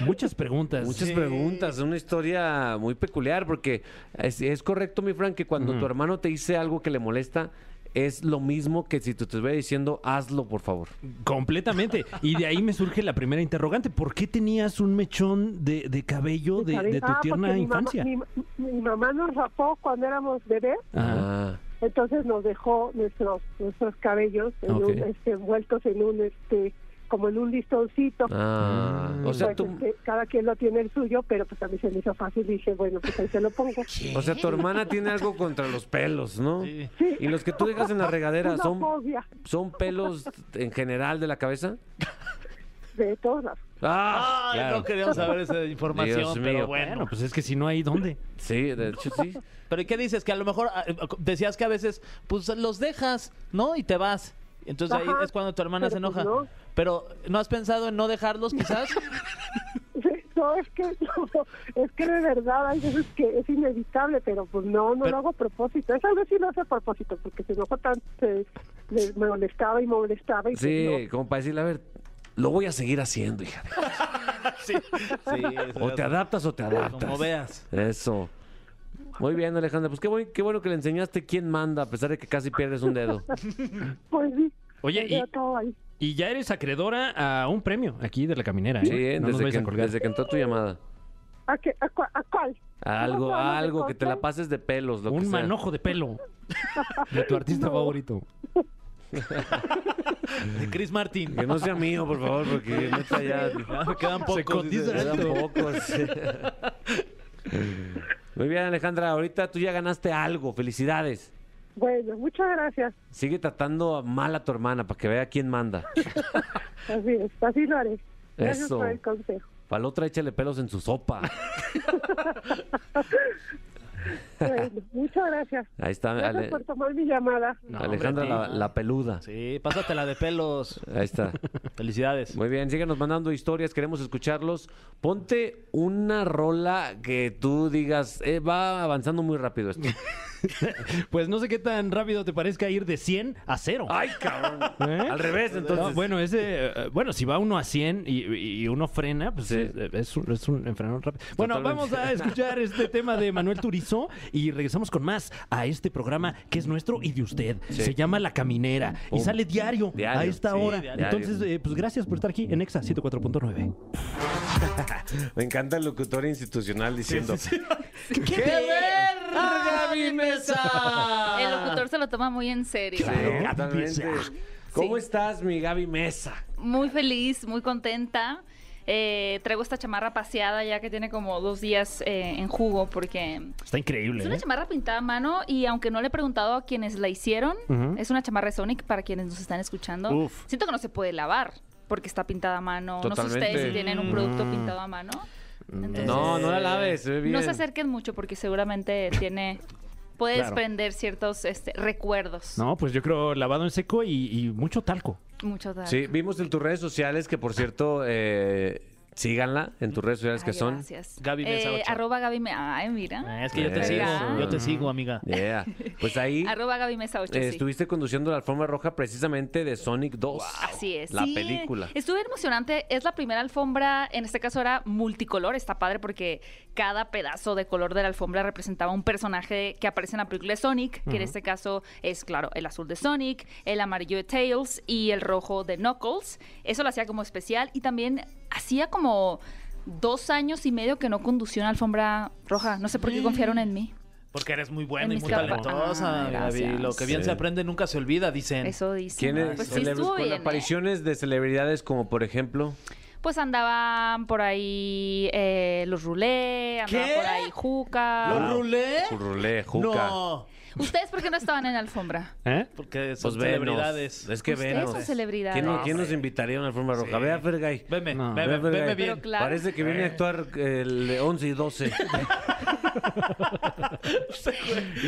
[SPEAKER 4] Muchas preguntas.
[SPEAKER 2] Muchas
[SPEAKER 4] Sí.
[SPEAKER 2] preguntas, una historia muy peculiar, porque es, es correcto, mi Frank, que cuando tu hermano te dice algo que le molesta, es lo mismo que si te estuviera diciendo, hazlo, por favor.
[SPEAKER 4] Completamente. Y de ahí me surge la primera interrogante. ¿Por qué tenías un mechón de, de cabello de,
[SPEAKER 8] ¿sabes?
[SPEAKER 4] de tu
[SPEAKER 8] Ah,
[SPEAKER 4] tierna
[SPEAKER 8] porque mi mamá-
[SPEAKER 4] infancia?
[SPEAKER 8] Mi mi- mi mamá, nos rapó cuando éramos bebés,
[SPEAKER 4] Ajá.
[SPEAKER 2] Ah,
[SPEAKER 8] entonces nos dejó nuestros nuestros cabellos en
[SPEAKER 4] Ok.
[SPEAKER 8] un, este, envueltos en un este como en un listoncito.
[SPEAKER 2] ah.
[SPEAKER 4] Mm.
[SPEAKER 2] O sea,
[SPEAKER 8] Pues,
[SPEAKER 2] tu,
[SPEAKER 8] este, cada quien lo tiene el suyo, pero pues a mí se me hizo fácil y dije, bueno, pues ahí se lo pongo.
[SPEAKER 2] o sea, tu hermana tiene algo contra los pelos, ¿no?
[SPEAKER 3] Sí.
[SPEAKER 2] Y los que tú dejas en la regadera
[SPEAKER 8] Una
[SPEAKER 2] son,
[SPEAKER 8] fobia
[SPEAKER 2] son pelos en general de la cabeza.
[SPEAKER 8] de todas las
[SPEAKER 2] Ah,
[SPEAKER 3] Ay,
[SPEAKER 2] claro.
[SPEAKER 3] no queríamos saber esa información,
[SPEAKER 2] Dios mío.
[SPEAKER 3] pero
[SPEAKER 4] Bueno,
[SPEAKER 3] bueno.
[SPEAKER 4] pues es que si no hay dónde.
[SPEAKER 2] Sí, de hecho sí.
[SPEAKER 3] Pero ¿y qué dices? Que a lo mejor ah, eh, decías que a veces, pues los dejas, ¿no? Y te vas. Entonces ahí
[SPEAKER 8] Ajá,
[SPEAKER 3] es cuando tu hermana se
[SPEAKER 8] pero
[SPEAKER 3] enoja.
[SPEAKER 8] pues no.
[SPEAKER 3] Pero ¿no has pensado en no dejarlos quizás?
[SPEAKER 8] Sí, No, es que no, es que de verdad hay veces que es inevitable, pero pues no, no
[SPEAKER 3] Pero-
[SPEAKER 8] lo hago a propósito. Esa vez sí lo hace a propósito, porque se enojó tanto, se, le molestaba y molestaba. Y pues,
[SPEAKER 2] Sí, como para decirle, a ver, lo voy a seguir haciendo, hija. de-
[SPEAKER 3] sí. sí eso
[SPEAKER 2] O te
[SPEAKER 3] ya-
[SPEAKER 2] adaptas o te adaptas.
[SPEAKER 3] Como veas.
[SPEAKER 2] Eso. Muy bien, Alejandra. Pues qué, buen- qué bueno que le enseñaste quién manda, a pesar de que casi pierdes un dedo.
[SPEAKER 8] no, pues sí,
[SPEAKER 4] Oye,
[SPEAKER 8] se
[SPEAKER 4] y,
[SPEAKER 8] quedó todo ahí.
[SPEAKER 4] y ya eres acreedora a un premio aquí de la caminera. ¿eh?
[SPEAKER 2] Sí,
[SPEAKER 4] no nos
[SPEAKER 2] desde,
[SPEAKER 4] vayas
[SPEAKER 2] que,
[SPEAKER 4] a colgar.
[SPEAKER 2] desde que entró tu llamada.
[SPEAKER 8] ¿A, qué- a, cua- a cuál?
[SPEAKER 2] Algo,
[SPEAKER 8] No, no, no,
[SPEAKER 2] algo,
[SPEAKER 8] no,
[SPEAKER 2] que te la
[SPEAKER 8] no.
[SPEAKER 2] pases de pelos, lo que
[SPEAKER 4] Un
[SPEAKER 2] sea.
[SPEAKER 4] manojo de pelo de tu artista
[SPEAKER 8] No.
[SPEAKER 4] favorito.
[SPEAKER 3] De Chris Martin.
[SPEAKER 2] Que no sea mío, por favor, porque neta ya...
[SPEAKER 3] Ya me quedan pocos.
[SPEAKER 4] cotiza.
[SPEAKER 3] dice.
[SPEAKER 2] ya da pocos. Muy bien, Alejandra. Ahorita tú ya ganaste algo. Felicidades.
[SPEAKER 8] Bueno, muchas gracias.
[SPEAKER 2] Sigue tratando mal a tu hermana para que vea quién manda.
[SPEAKER 8] Así es, así lo haré. Gracias
[SPEAKER 2] Eso.
[SPEAKER 8] por el consejo.
[SPEAKER 2] Para la otra, échale pelos en su sopa.
[SPEAKER 8] Bueno, muchas gracias.
[SPEAKER 2] Ahí está,
[SPEAKER 8] Gracias
[SPEAKER 2] Ale-
[SPEAKER 8] por tomar mi llamada.
[SPEAKER 2] Alejandra
[SPEAKER 3] hombre,
[SPEAKER 2] la,
[SPEAKER 3] tío.
[SPEAKER 2] la peluda.
[SPEAKER 3] Sí, pásatela de pelos.
[SPEAKER 2] Ahí está.
[SPEAKER 3] Felicidades.
[SPEAKER 2] Muy bien, síganos mandando historias, queremos escucharlos. Ponte una rola que tú digas, eh, va avanzando muy rápido esto.
[SPEAKER 4] Pues no sé qué tan rápido te parezca ir de 100 a 0.
[SPEAKER 2] ¡Ay, cabrón!
[SPEAKER 3] ¿Eh?
[SPEAKER 2] Al revés, entonces.
[SPEAKER 4] ¿Eh? bueno, ese, eh, bueno, si va uno a 100 y, y uno frena, pues
[SPEAKER 2] Sí.
[SPEAKER 4] es, es un, es un enfrenón rápido. Bueno,
[SPEAKER 2] Totalmente.
[SPEAKER 4] vamos a escuchar este tema de Manuel Turizo y regresamos con más a este programa que es nuestro y de usted.
[SPEAKER 2] Sí.
[SPEAKER 4] Se llama La Caminera y
[SPEAKER 2] Pum.
[SPEAKER 4] sale diario,
[SPEAKER 2] Diario,
[SPEAKER 4] a esta
[SPEAKER 2] sí,
[SPEAKER 4] hora.
[SPEAKER 2] diario.
[SPEAKER 4] Entonces, eh, pues gracias por estar aquí en Exa 104.9.
[SPEAKER 2] Me encanta el locutor institucional diciendo.
[SPEAKER 4] ¡Qué verga mi mesa!
[SPEAKER 9] El locutor se lo toma muy en serio.
[SPEAKER 4] Claro.
[SPEAKER 2] totalmente. ¿Cómo
[SPEAKER 9] Sí.
[SPEAKER 2] estás, mi Gaby Mesa?
[SPEAKER 9] Muy feliz, muy contenta. Eh, traigo esta chamarra paseada ya que tiene como dos días eh, en jugo porque
[SPEAKER 4] Está increíble.
[SPEAKER 9] es una
[SPEAKER 4] ¿eh?
[SPEAKER 9] chamarra pintada a mano y aunque no le he preguntado a quienes la hicieron,
[SPEAKER 4] Ujú.
[SPEAKER 9] es una chamarra de Sonic para quienes nos están escuchando.
[SPEAKER 4] Uf.
[SPEAKER 9] Siento que no se puede lavar porque está pintada a mano. No sé
[SPEAKER 2] Totalmente.
[SPEAKER 9] ustedes si tienen un producto
[SPEAKER 4] Mm.
[SPEAKER 9] pintado a mano. Entonces,
[SPEAKER 2] No, no la laves. se ve
[SPEAKER 9] No
[SPEAKER 2] bien.
[SPEAKER 9] se acerquen mucho porque seguramente tiene puede
[SPEAKER 4] Claro.
[SPEAKER 9] desprender ciertos este, recuerdos.
[SPEAKER 4] No, pues yo creo lavado en seco y, y mucho talco.
[SPEAKER 9] Mucho daño.
[SPEAKER 2] Sí, vimos en tus redes sociales que, por cierto, eh, síganla en tus redes sociales que
[SPEAKER 9] Ay,
[SPEAKER 2] son.
[SPEAKER 9] Gracias.
[SPEAKER 3] Gaby Mesa
[SPEAKER 9] Eh,
[SPEAKER 3] ocho.
[SPEAKER 9] arroba Gaby Mesa. Ay, mira.
[SPEAKER 3] Eh, Es que yo te
[SPEAKER 2] Eso.
[SPEAKER 3] sigo. Yo te sigo, amiga.
[SPEAKER 2] Yeah. Pues ahí.
[SPEAKER 9] Arroba Gaby Mesa 8.
[SPEAKER 2] Eh, Estuviste conduciendo la alfombra roja precisamente de Sonic 2.
[SPEAKER 9] Así es.
[SPEAKER 2] La
[SPEAKER 9] Sí,
[SPEAKER 2] película.
[SPEAKER 9] Estuvo emocionante. Es la primera alfombra, en este caso era multicolor. Está padre porque cada pedazo de color de la alfombra representaba un personaje que aparece en la película de Sonic, que en este caso es, claro, el azul de Sonic, el amarillo de Tails y el rojo de Knuckles. Eso lo hacía como especial y también hacía como dos años y medio que no conducía una alfombra roja. No sé por
[SPEAKER 3] Mm.
[SPEAKER 9] qué confiaron en mí.
[SPEAKER 3] Porque eres muy
[SPEAKER 9] En
[SPEAKER 3] buena y
[SPEAKER 9] mis
[SPEAKER 3] muy
[SPEAKER 9] capas-
[SPEAKER 3] talentosa,
[SPEAKER 9] Ah,
[SPEAKER 3] Gaby.
[SPEAKER 9] gracias.
[SPEAKER 3] Lo que bien se aprende nunca se olvida, dicen.
[SPEAKER 9] Eso dice.
[SPEAKER 2] ¿Quiénes
[SPEAKER 9] Pues sí
[SPEAKER 2] celebres-
[SPEAKER 9] estuvo
[SPEAKER 2] con
[SPEAKER 9] bien, ¿eh?
[SPEAKER 2] apariciones de celebridades como por ejemplo
[SPEAKER 9] Pues andaban por ahí eh, los rulé, andaban
[SPEAKER 3] ¿Qué?
[SPEAKER 9] por ahí Juca.
[SPEAKER 3] ¿Lo rulé?
[SPEAKER 2] Currulé, Juca?
[SPEAKER 3] No.
[SPEAKER 9] ¿Ustedes por qué no estaban en la alfombra?
[SPEAKER 4] ¿Eh?
[SPEAKER 3] Porque son
[SPEAKER 2] Pues venos.
[SPEAKER 3] celebridades.
[SPEAKER 2] Es que
[SPEAKER 9] ¿Ustedes
[SPEAKER 2] venos.
[SPEAKER 9] son celebridades?
[SPEAKER 2] ¿Quién, quién nos invitaría a una alfombra roja? Ve a Fergay.
[SPEAKER 3] Veme,
[SPEAKER 4] No.
[SPEAKER 3] veme,
[SPEAKER 2] Ve, ve,
[SPEAKER 3] veme
[SPEAKER 2] ve.
[SPEAKER 3] bien.
[SPEAKER 9] Pero claro.
[SPEAKER 2] Parece que viene a actuar el 11 y 12.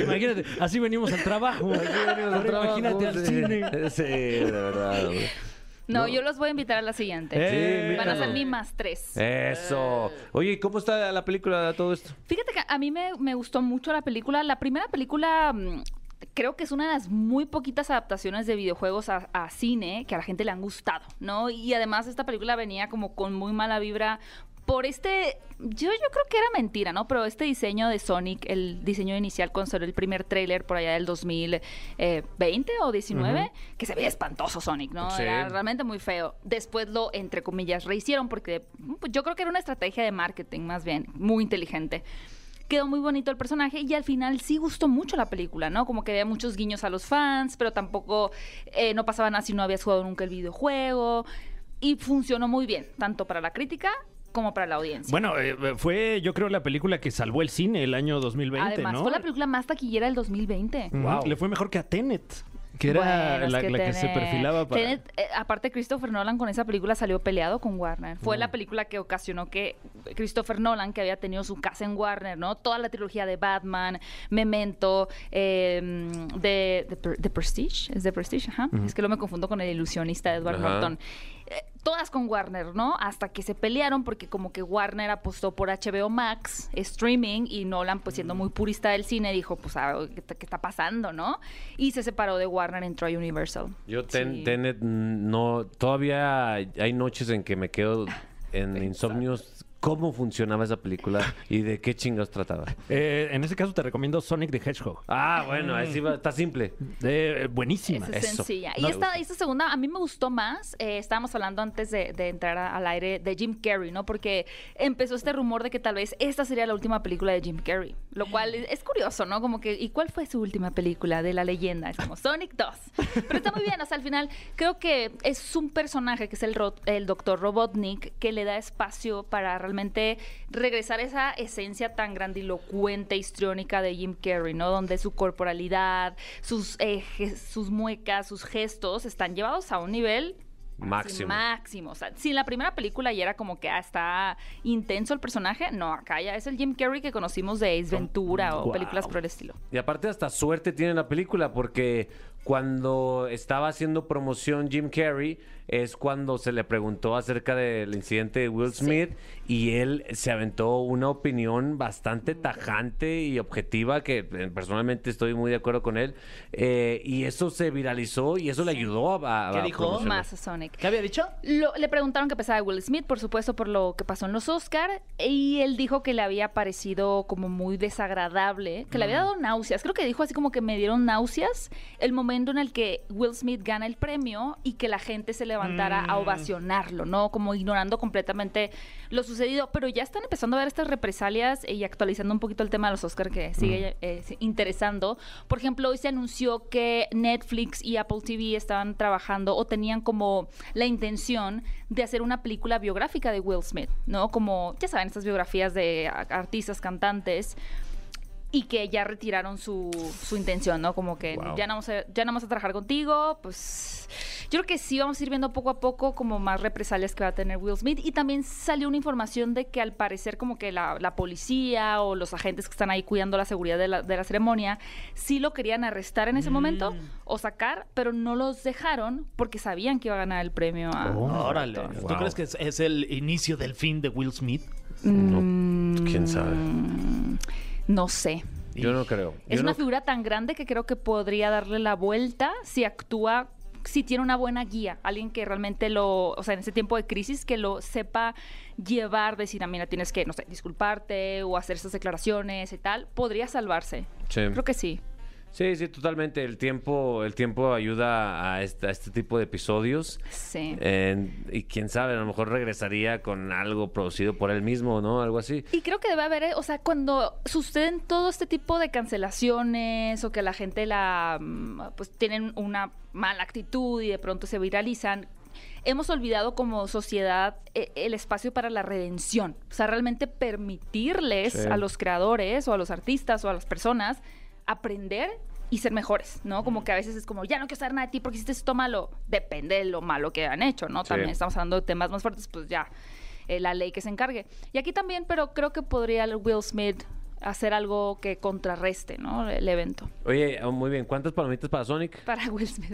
[SPEAKER 4] Imagínate, así venimos al trabajo. Ahora Imagínate al cine.
[SPEAKER 2] Sí, de verdad. güey.
[SPEAKER 9] No,
[SPEAKER 2] No.
[SPEAKER 9] yo los voy a invitar a la siguiente.
[SPEAKER 2] Sí,
[SPEAKER 9] Van a
[SPEAKER 2] invítanos.
[SPEAKER 9] ser mi más tres.
[SPEAKER 2] Eh, Eso. Oye, ¿y ¿cómo está la película de todo esto?
[SPEAKER 9] Fíjate que a mí me, me gustó mucho la película. La primera película mm, creo que es una de las muy poquitas adaptaciones de videojuegos a, a cine que a la gente le han gustado, ¿no? Y además esta película venía como con muy mala vibra por este, yo, yo creo que era mentira, ¿no? Pero este diseño de Sonic, el diseño inicial con solo el primer tráiler por allá del 2020 o 19, que se veía espantoso Sonic, ¿no?
[SPEAKER 4] Sí.
[SPEAKER 9] Era realmente muy feo. Después lo, entre comillas, rehicieron porque mm, pues, yo creo que era una estrategia de marketing más bien, muy inteligente. Quedó muy bonito el personaje y al final sí gustó mucho la película, ¿no? Como que había muchos guiños a los fans, pero tampoco eh, no pasaba nada si no habías jugado nunca el videojuego. Y funcionó muy bien, tanto para la crítica como para la audiencia.
[SPEAKER 4] Bueno, eh, fue yo creo la película que salvó el cine el año 2020,
[SPEAKER 9] Además,
[SPEAKER 4] ¿no?
[SPEAKER 9] fue la película más taquillera del 2020.
[SPEAKER 4] Ujú,
[SPEAKER 10] Wow.
[SPEAKER 4] Le fue mejor que a Tenet, que era
[SPEAKER 9] Bueno, es
[SPEAKER 4] la, la que se
[SPEAKER 9] Tenet-
[SPEAKER 4] perfilaba para...
[SPEAKER 9] Tenet, eh, aparte, Christopher Nolan con esa película salió peleado con Warner. Fue
[SPEAKER 4] Mm.
[SPEAKER 9] la película que ocasionó que Christopher Nolan, que había tenido su casa en Warner, ¿no? Toda la trilogía de Batman, Memento, eh, de, de Per- de Prestige, es de Prestige, ajá. Es que lo me confundo con el ilusionista de Edward
[SPEAKER 2] Ajá.
[SPEAKER 9] Norton. Eh, todas con Warner, ¿no? Hasta que se pelearon porque como que Warner apostó por HBO Max, streaming, y Nolan, pues
[SPEAKER 2] Mm.
[SPEAKER 9] siendo muy purista del cine, dijo, pues, ah, ¿qué, está- qué está pasando, no? Y se separó de Warner, entró a Universal.
[SPEAKER 2] Yo ten-
[SPEAKER 9] Sí.
[SPEAKER 2] Tenet, mm, no, todavía hay hay noches en que me quedo en insomnios. ¿Cómo funcionaba esa película y de qué chingados trataba?
[SPEAKER 11] Eh, en ese caso te recomiendo Sonic the Hedgehog.
[SPEAKER 2] Ah, bueno, ahí sí va- está simple.
[SPEAKER 11] Eh, buenísima.
[SPEAKER 9] Esa es
[SPEAKER 2] Eso.
[SPEAKER 9] sencilla. Y
[SPEAKER 2] No-
[SPEAKER 9] esta, esta segunda a mí me gustó más. Eh, estábamos hablando antes de, de entrar a- al aire de Jim Carrey, ¿no? Porque empezó este rumor de que tal vez esta sería la última película de Jim Carrey. Lo cual
[SPEAKER 2] Mm.
[SPEAKER 9] es, es curioso, ¿no? Como que, ¿y cuál fue su última película de la leyenda? Es como Sonic 2. Pero está muy bien. O sea, al final creo que es un personaje que es el, ro- el doctor Robotnik que le da espacio para realmente regresar esa esencia tan grandilocuente, histriónica de Jim Carrey, ¿no? Donde su corporalidad, sus, eh, ges- sus muecas, sus gestos están llevados a un nivel así
[SPEAKER 2] Máximo.
[SPEAKER 9] máximo. O sea, si en la primera película ya era como que ah, está intenso el personaje, no, acá ya es el Jim Carrey que conocimos de Ace Ventura o
[SPEAKER 2] Guau.
[SPEAKER 9] películas por el estilo.
[SPEAKER 2] Y aparte hasta suerte tiene la película porque cuando estaba haciendo promoción Jim Carrey es cuando se le preguntó acerca del incidente de Will Smith y él se aventó una opinión bastante tajante y objetiva que eh, personalmente estoy muy de acuerdo con él eh, y eso se viralizó y eso le ayudó a... a-
[SPEAKER 3] ¿Qué
[SPEAKER 2] a
[SPEAKER 3] dijo?
[SPEAKER 2] promocionar.
[SPEAKER 9] Más a Sonic.
[SPEAKER 3] Ah, ¿Qué había dicho?
[SPEAKER 9] Lo- le preguntaron qué pensaba de Will Smith, por supuesto, por lo que pasó en los Oscar, y él dijo que le había parecido como muy desagradable, que le
[SPEAKER 3] Mm.
[SPEAKER 9] había dado náuseas. Creo que dijo así como que me dieron náuseas el momento en el que Will Smith gana el premio y que la gente se levantara
[SPEAKER 3] Mm.
[SPEAKER 9] a ovacionarlo, ¿no? Como ignorando completamente lo sucedido. Pero ya están empezando a ver estas represalias y actualizando un poquito el tema de los Oscar que sigue eh, sí, interesando. Por ejemplo, hoy se anunció que Netflix y Apple TV estaban trabajando o tenían como la intención de hacer una película biográfica de Will Smith, ¿no? Como, ya saben, estas biografías de a- artistas, cantantes. Y que ya retiraron su, su intención, ¿no? Como que ya, no vamos a, ya no vamos a trabajar contigo, pues yo creo que sí vamos a ir viendo poco a poco como más represalias que va a tener Will Smith. Y también salió una información de que al parecer como que la, la policía o los agentes que están ahí cuidando la seguridad de la, de la ceremonia sí lo querían arrestar en ese momento o sacar, pero no los dejaron porque sabían que iba a ganar el premio a...
[SPEAKER 3] Ah,
[SPEAKER 2] Oh.
[SPEAKER 3] Órale. ¿Tú crees que es, es el inicio del fin de Will Smith?
[SPEAKER 9] Mm,
[SPEAKER 2] quién sabe.
[SPEAKER 9] No sé.
[SPEAKER 2] Yo no creo.
[SPEAKER 9] Es
[SPEAKER 2] Yo
[SPEAKER 9] una
[SPEAKER 2] no-
[SPEAKER 9] figura tan grande que creo que podría darle la vuelta si actúa, si tiene una buena guía, alguien que realmente lo, o sea, en ese tiempo de crisis, que lo sepa llevar, decir, ah, mira, tienes que, no sé, disculparte o hacer esas declaraciones y tal, podría salvarse.
[SPEAKER 2] Sí.
[SPEAKER 9] Creo que sí.
[SPEAKER 2] Sí, sí, totalmente. El tiempo, el tiempo ayuda a este, a este tipo de episodios.
[SPEAKER 9] Sí.
[SPEAKER 2] En- y quién sabe, a lo mejor regresaría con algo producido por él mismo, ¿no? Algo así.
[SPEAKER 9] Y creo que debe haber, eh, o sea, cuando suceden todo este tipo de cancelaciones o que la gente la, mm, pues tienen una mala actitud y de pronto se viralizan, hemos olvidado como sociedad eh, el espacio para la redención. O sea, realmente permitirles
[SPEAKER 2] Sí.
[SPEAKER 9] a los creadores o a los artistas o a las personas aprender y ser mejores, ¿no?
[SPEAKER 2] Mm.
[SPEAKER 9] Como que a veces es como, ya no quiero saber nada de ti porque hiciste esto malo. Depende de lo malo que han hecho, ¿no?
[SPEAKER 2] Sí.
[SPEAKER 9] También estamos hablando de temas más fuertes, pues ya eh, la ley que se encargue. Y aquí también, pero creo que podría el Will Smith hacer algo que contrarreste, ¿no? El evento.
[SPEAKER 2] Oye, oh, muy bien, ¿cuántas palomitas para Sonic?
[SPEAKER 9] Para Will Smith.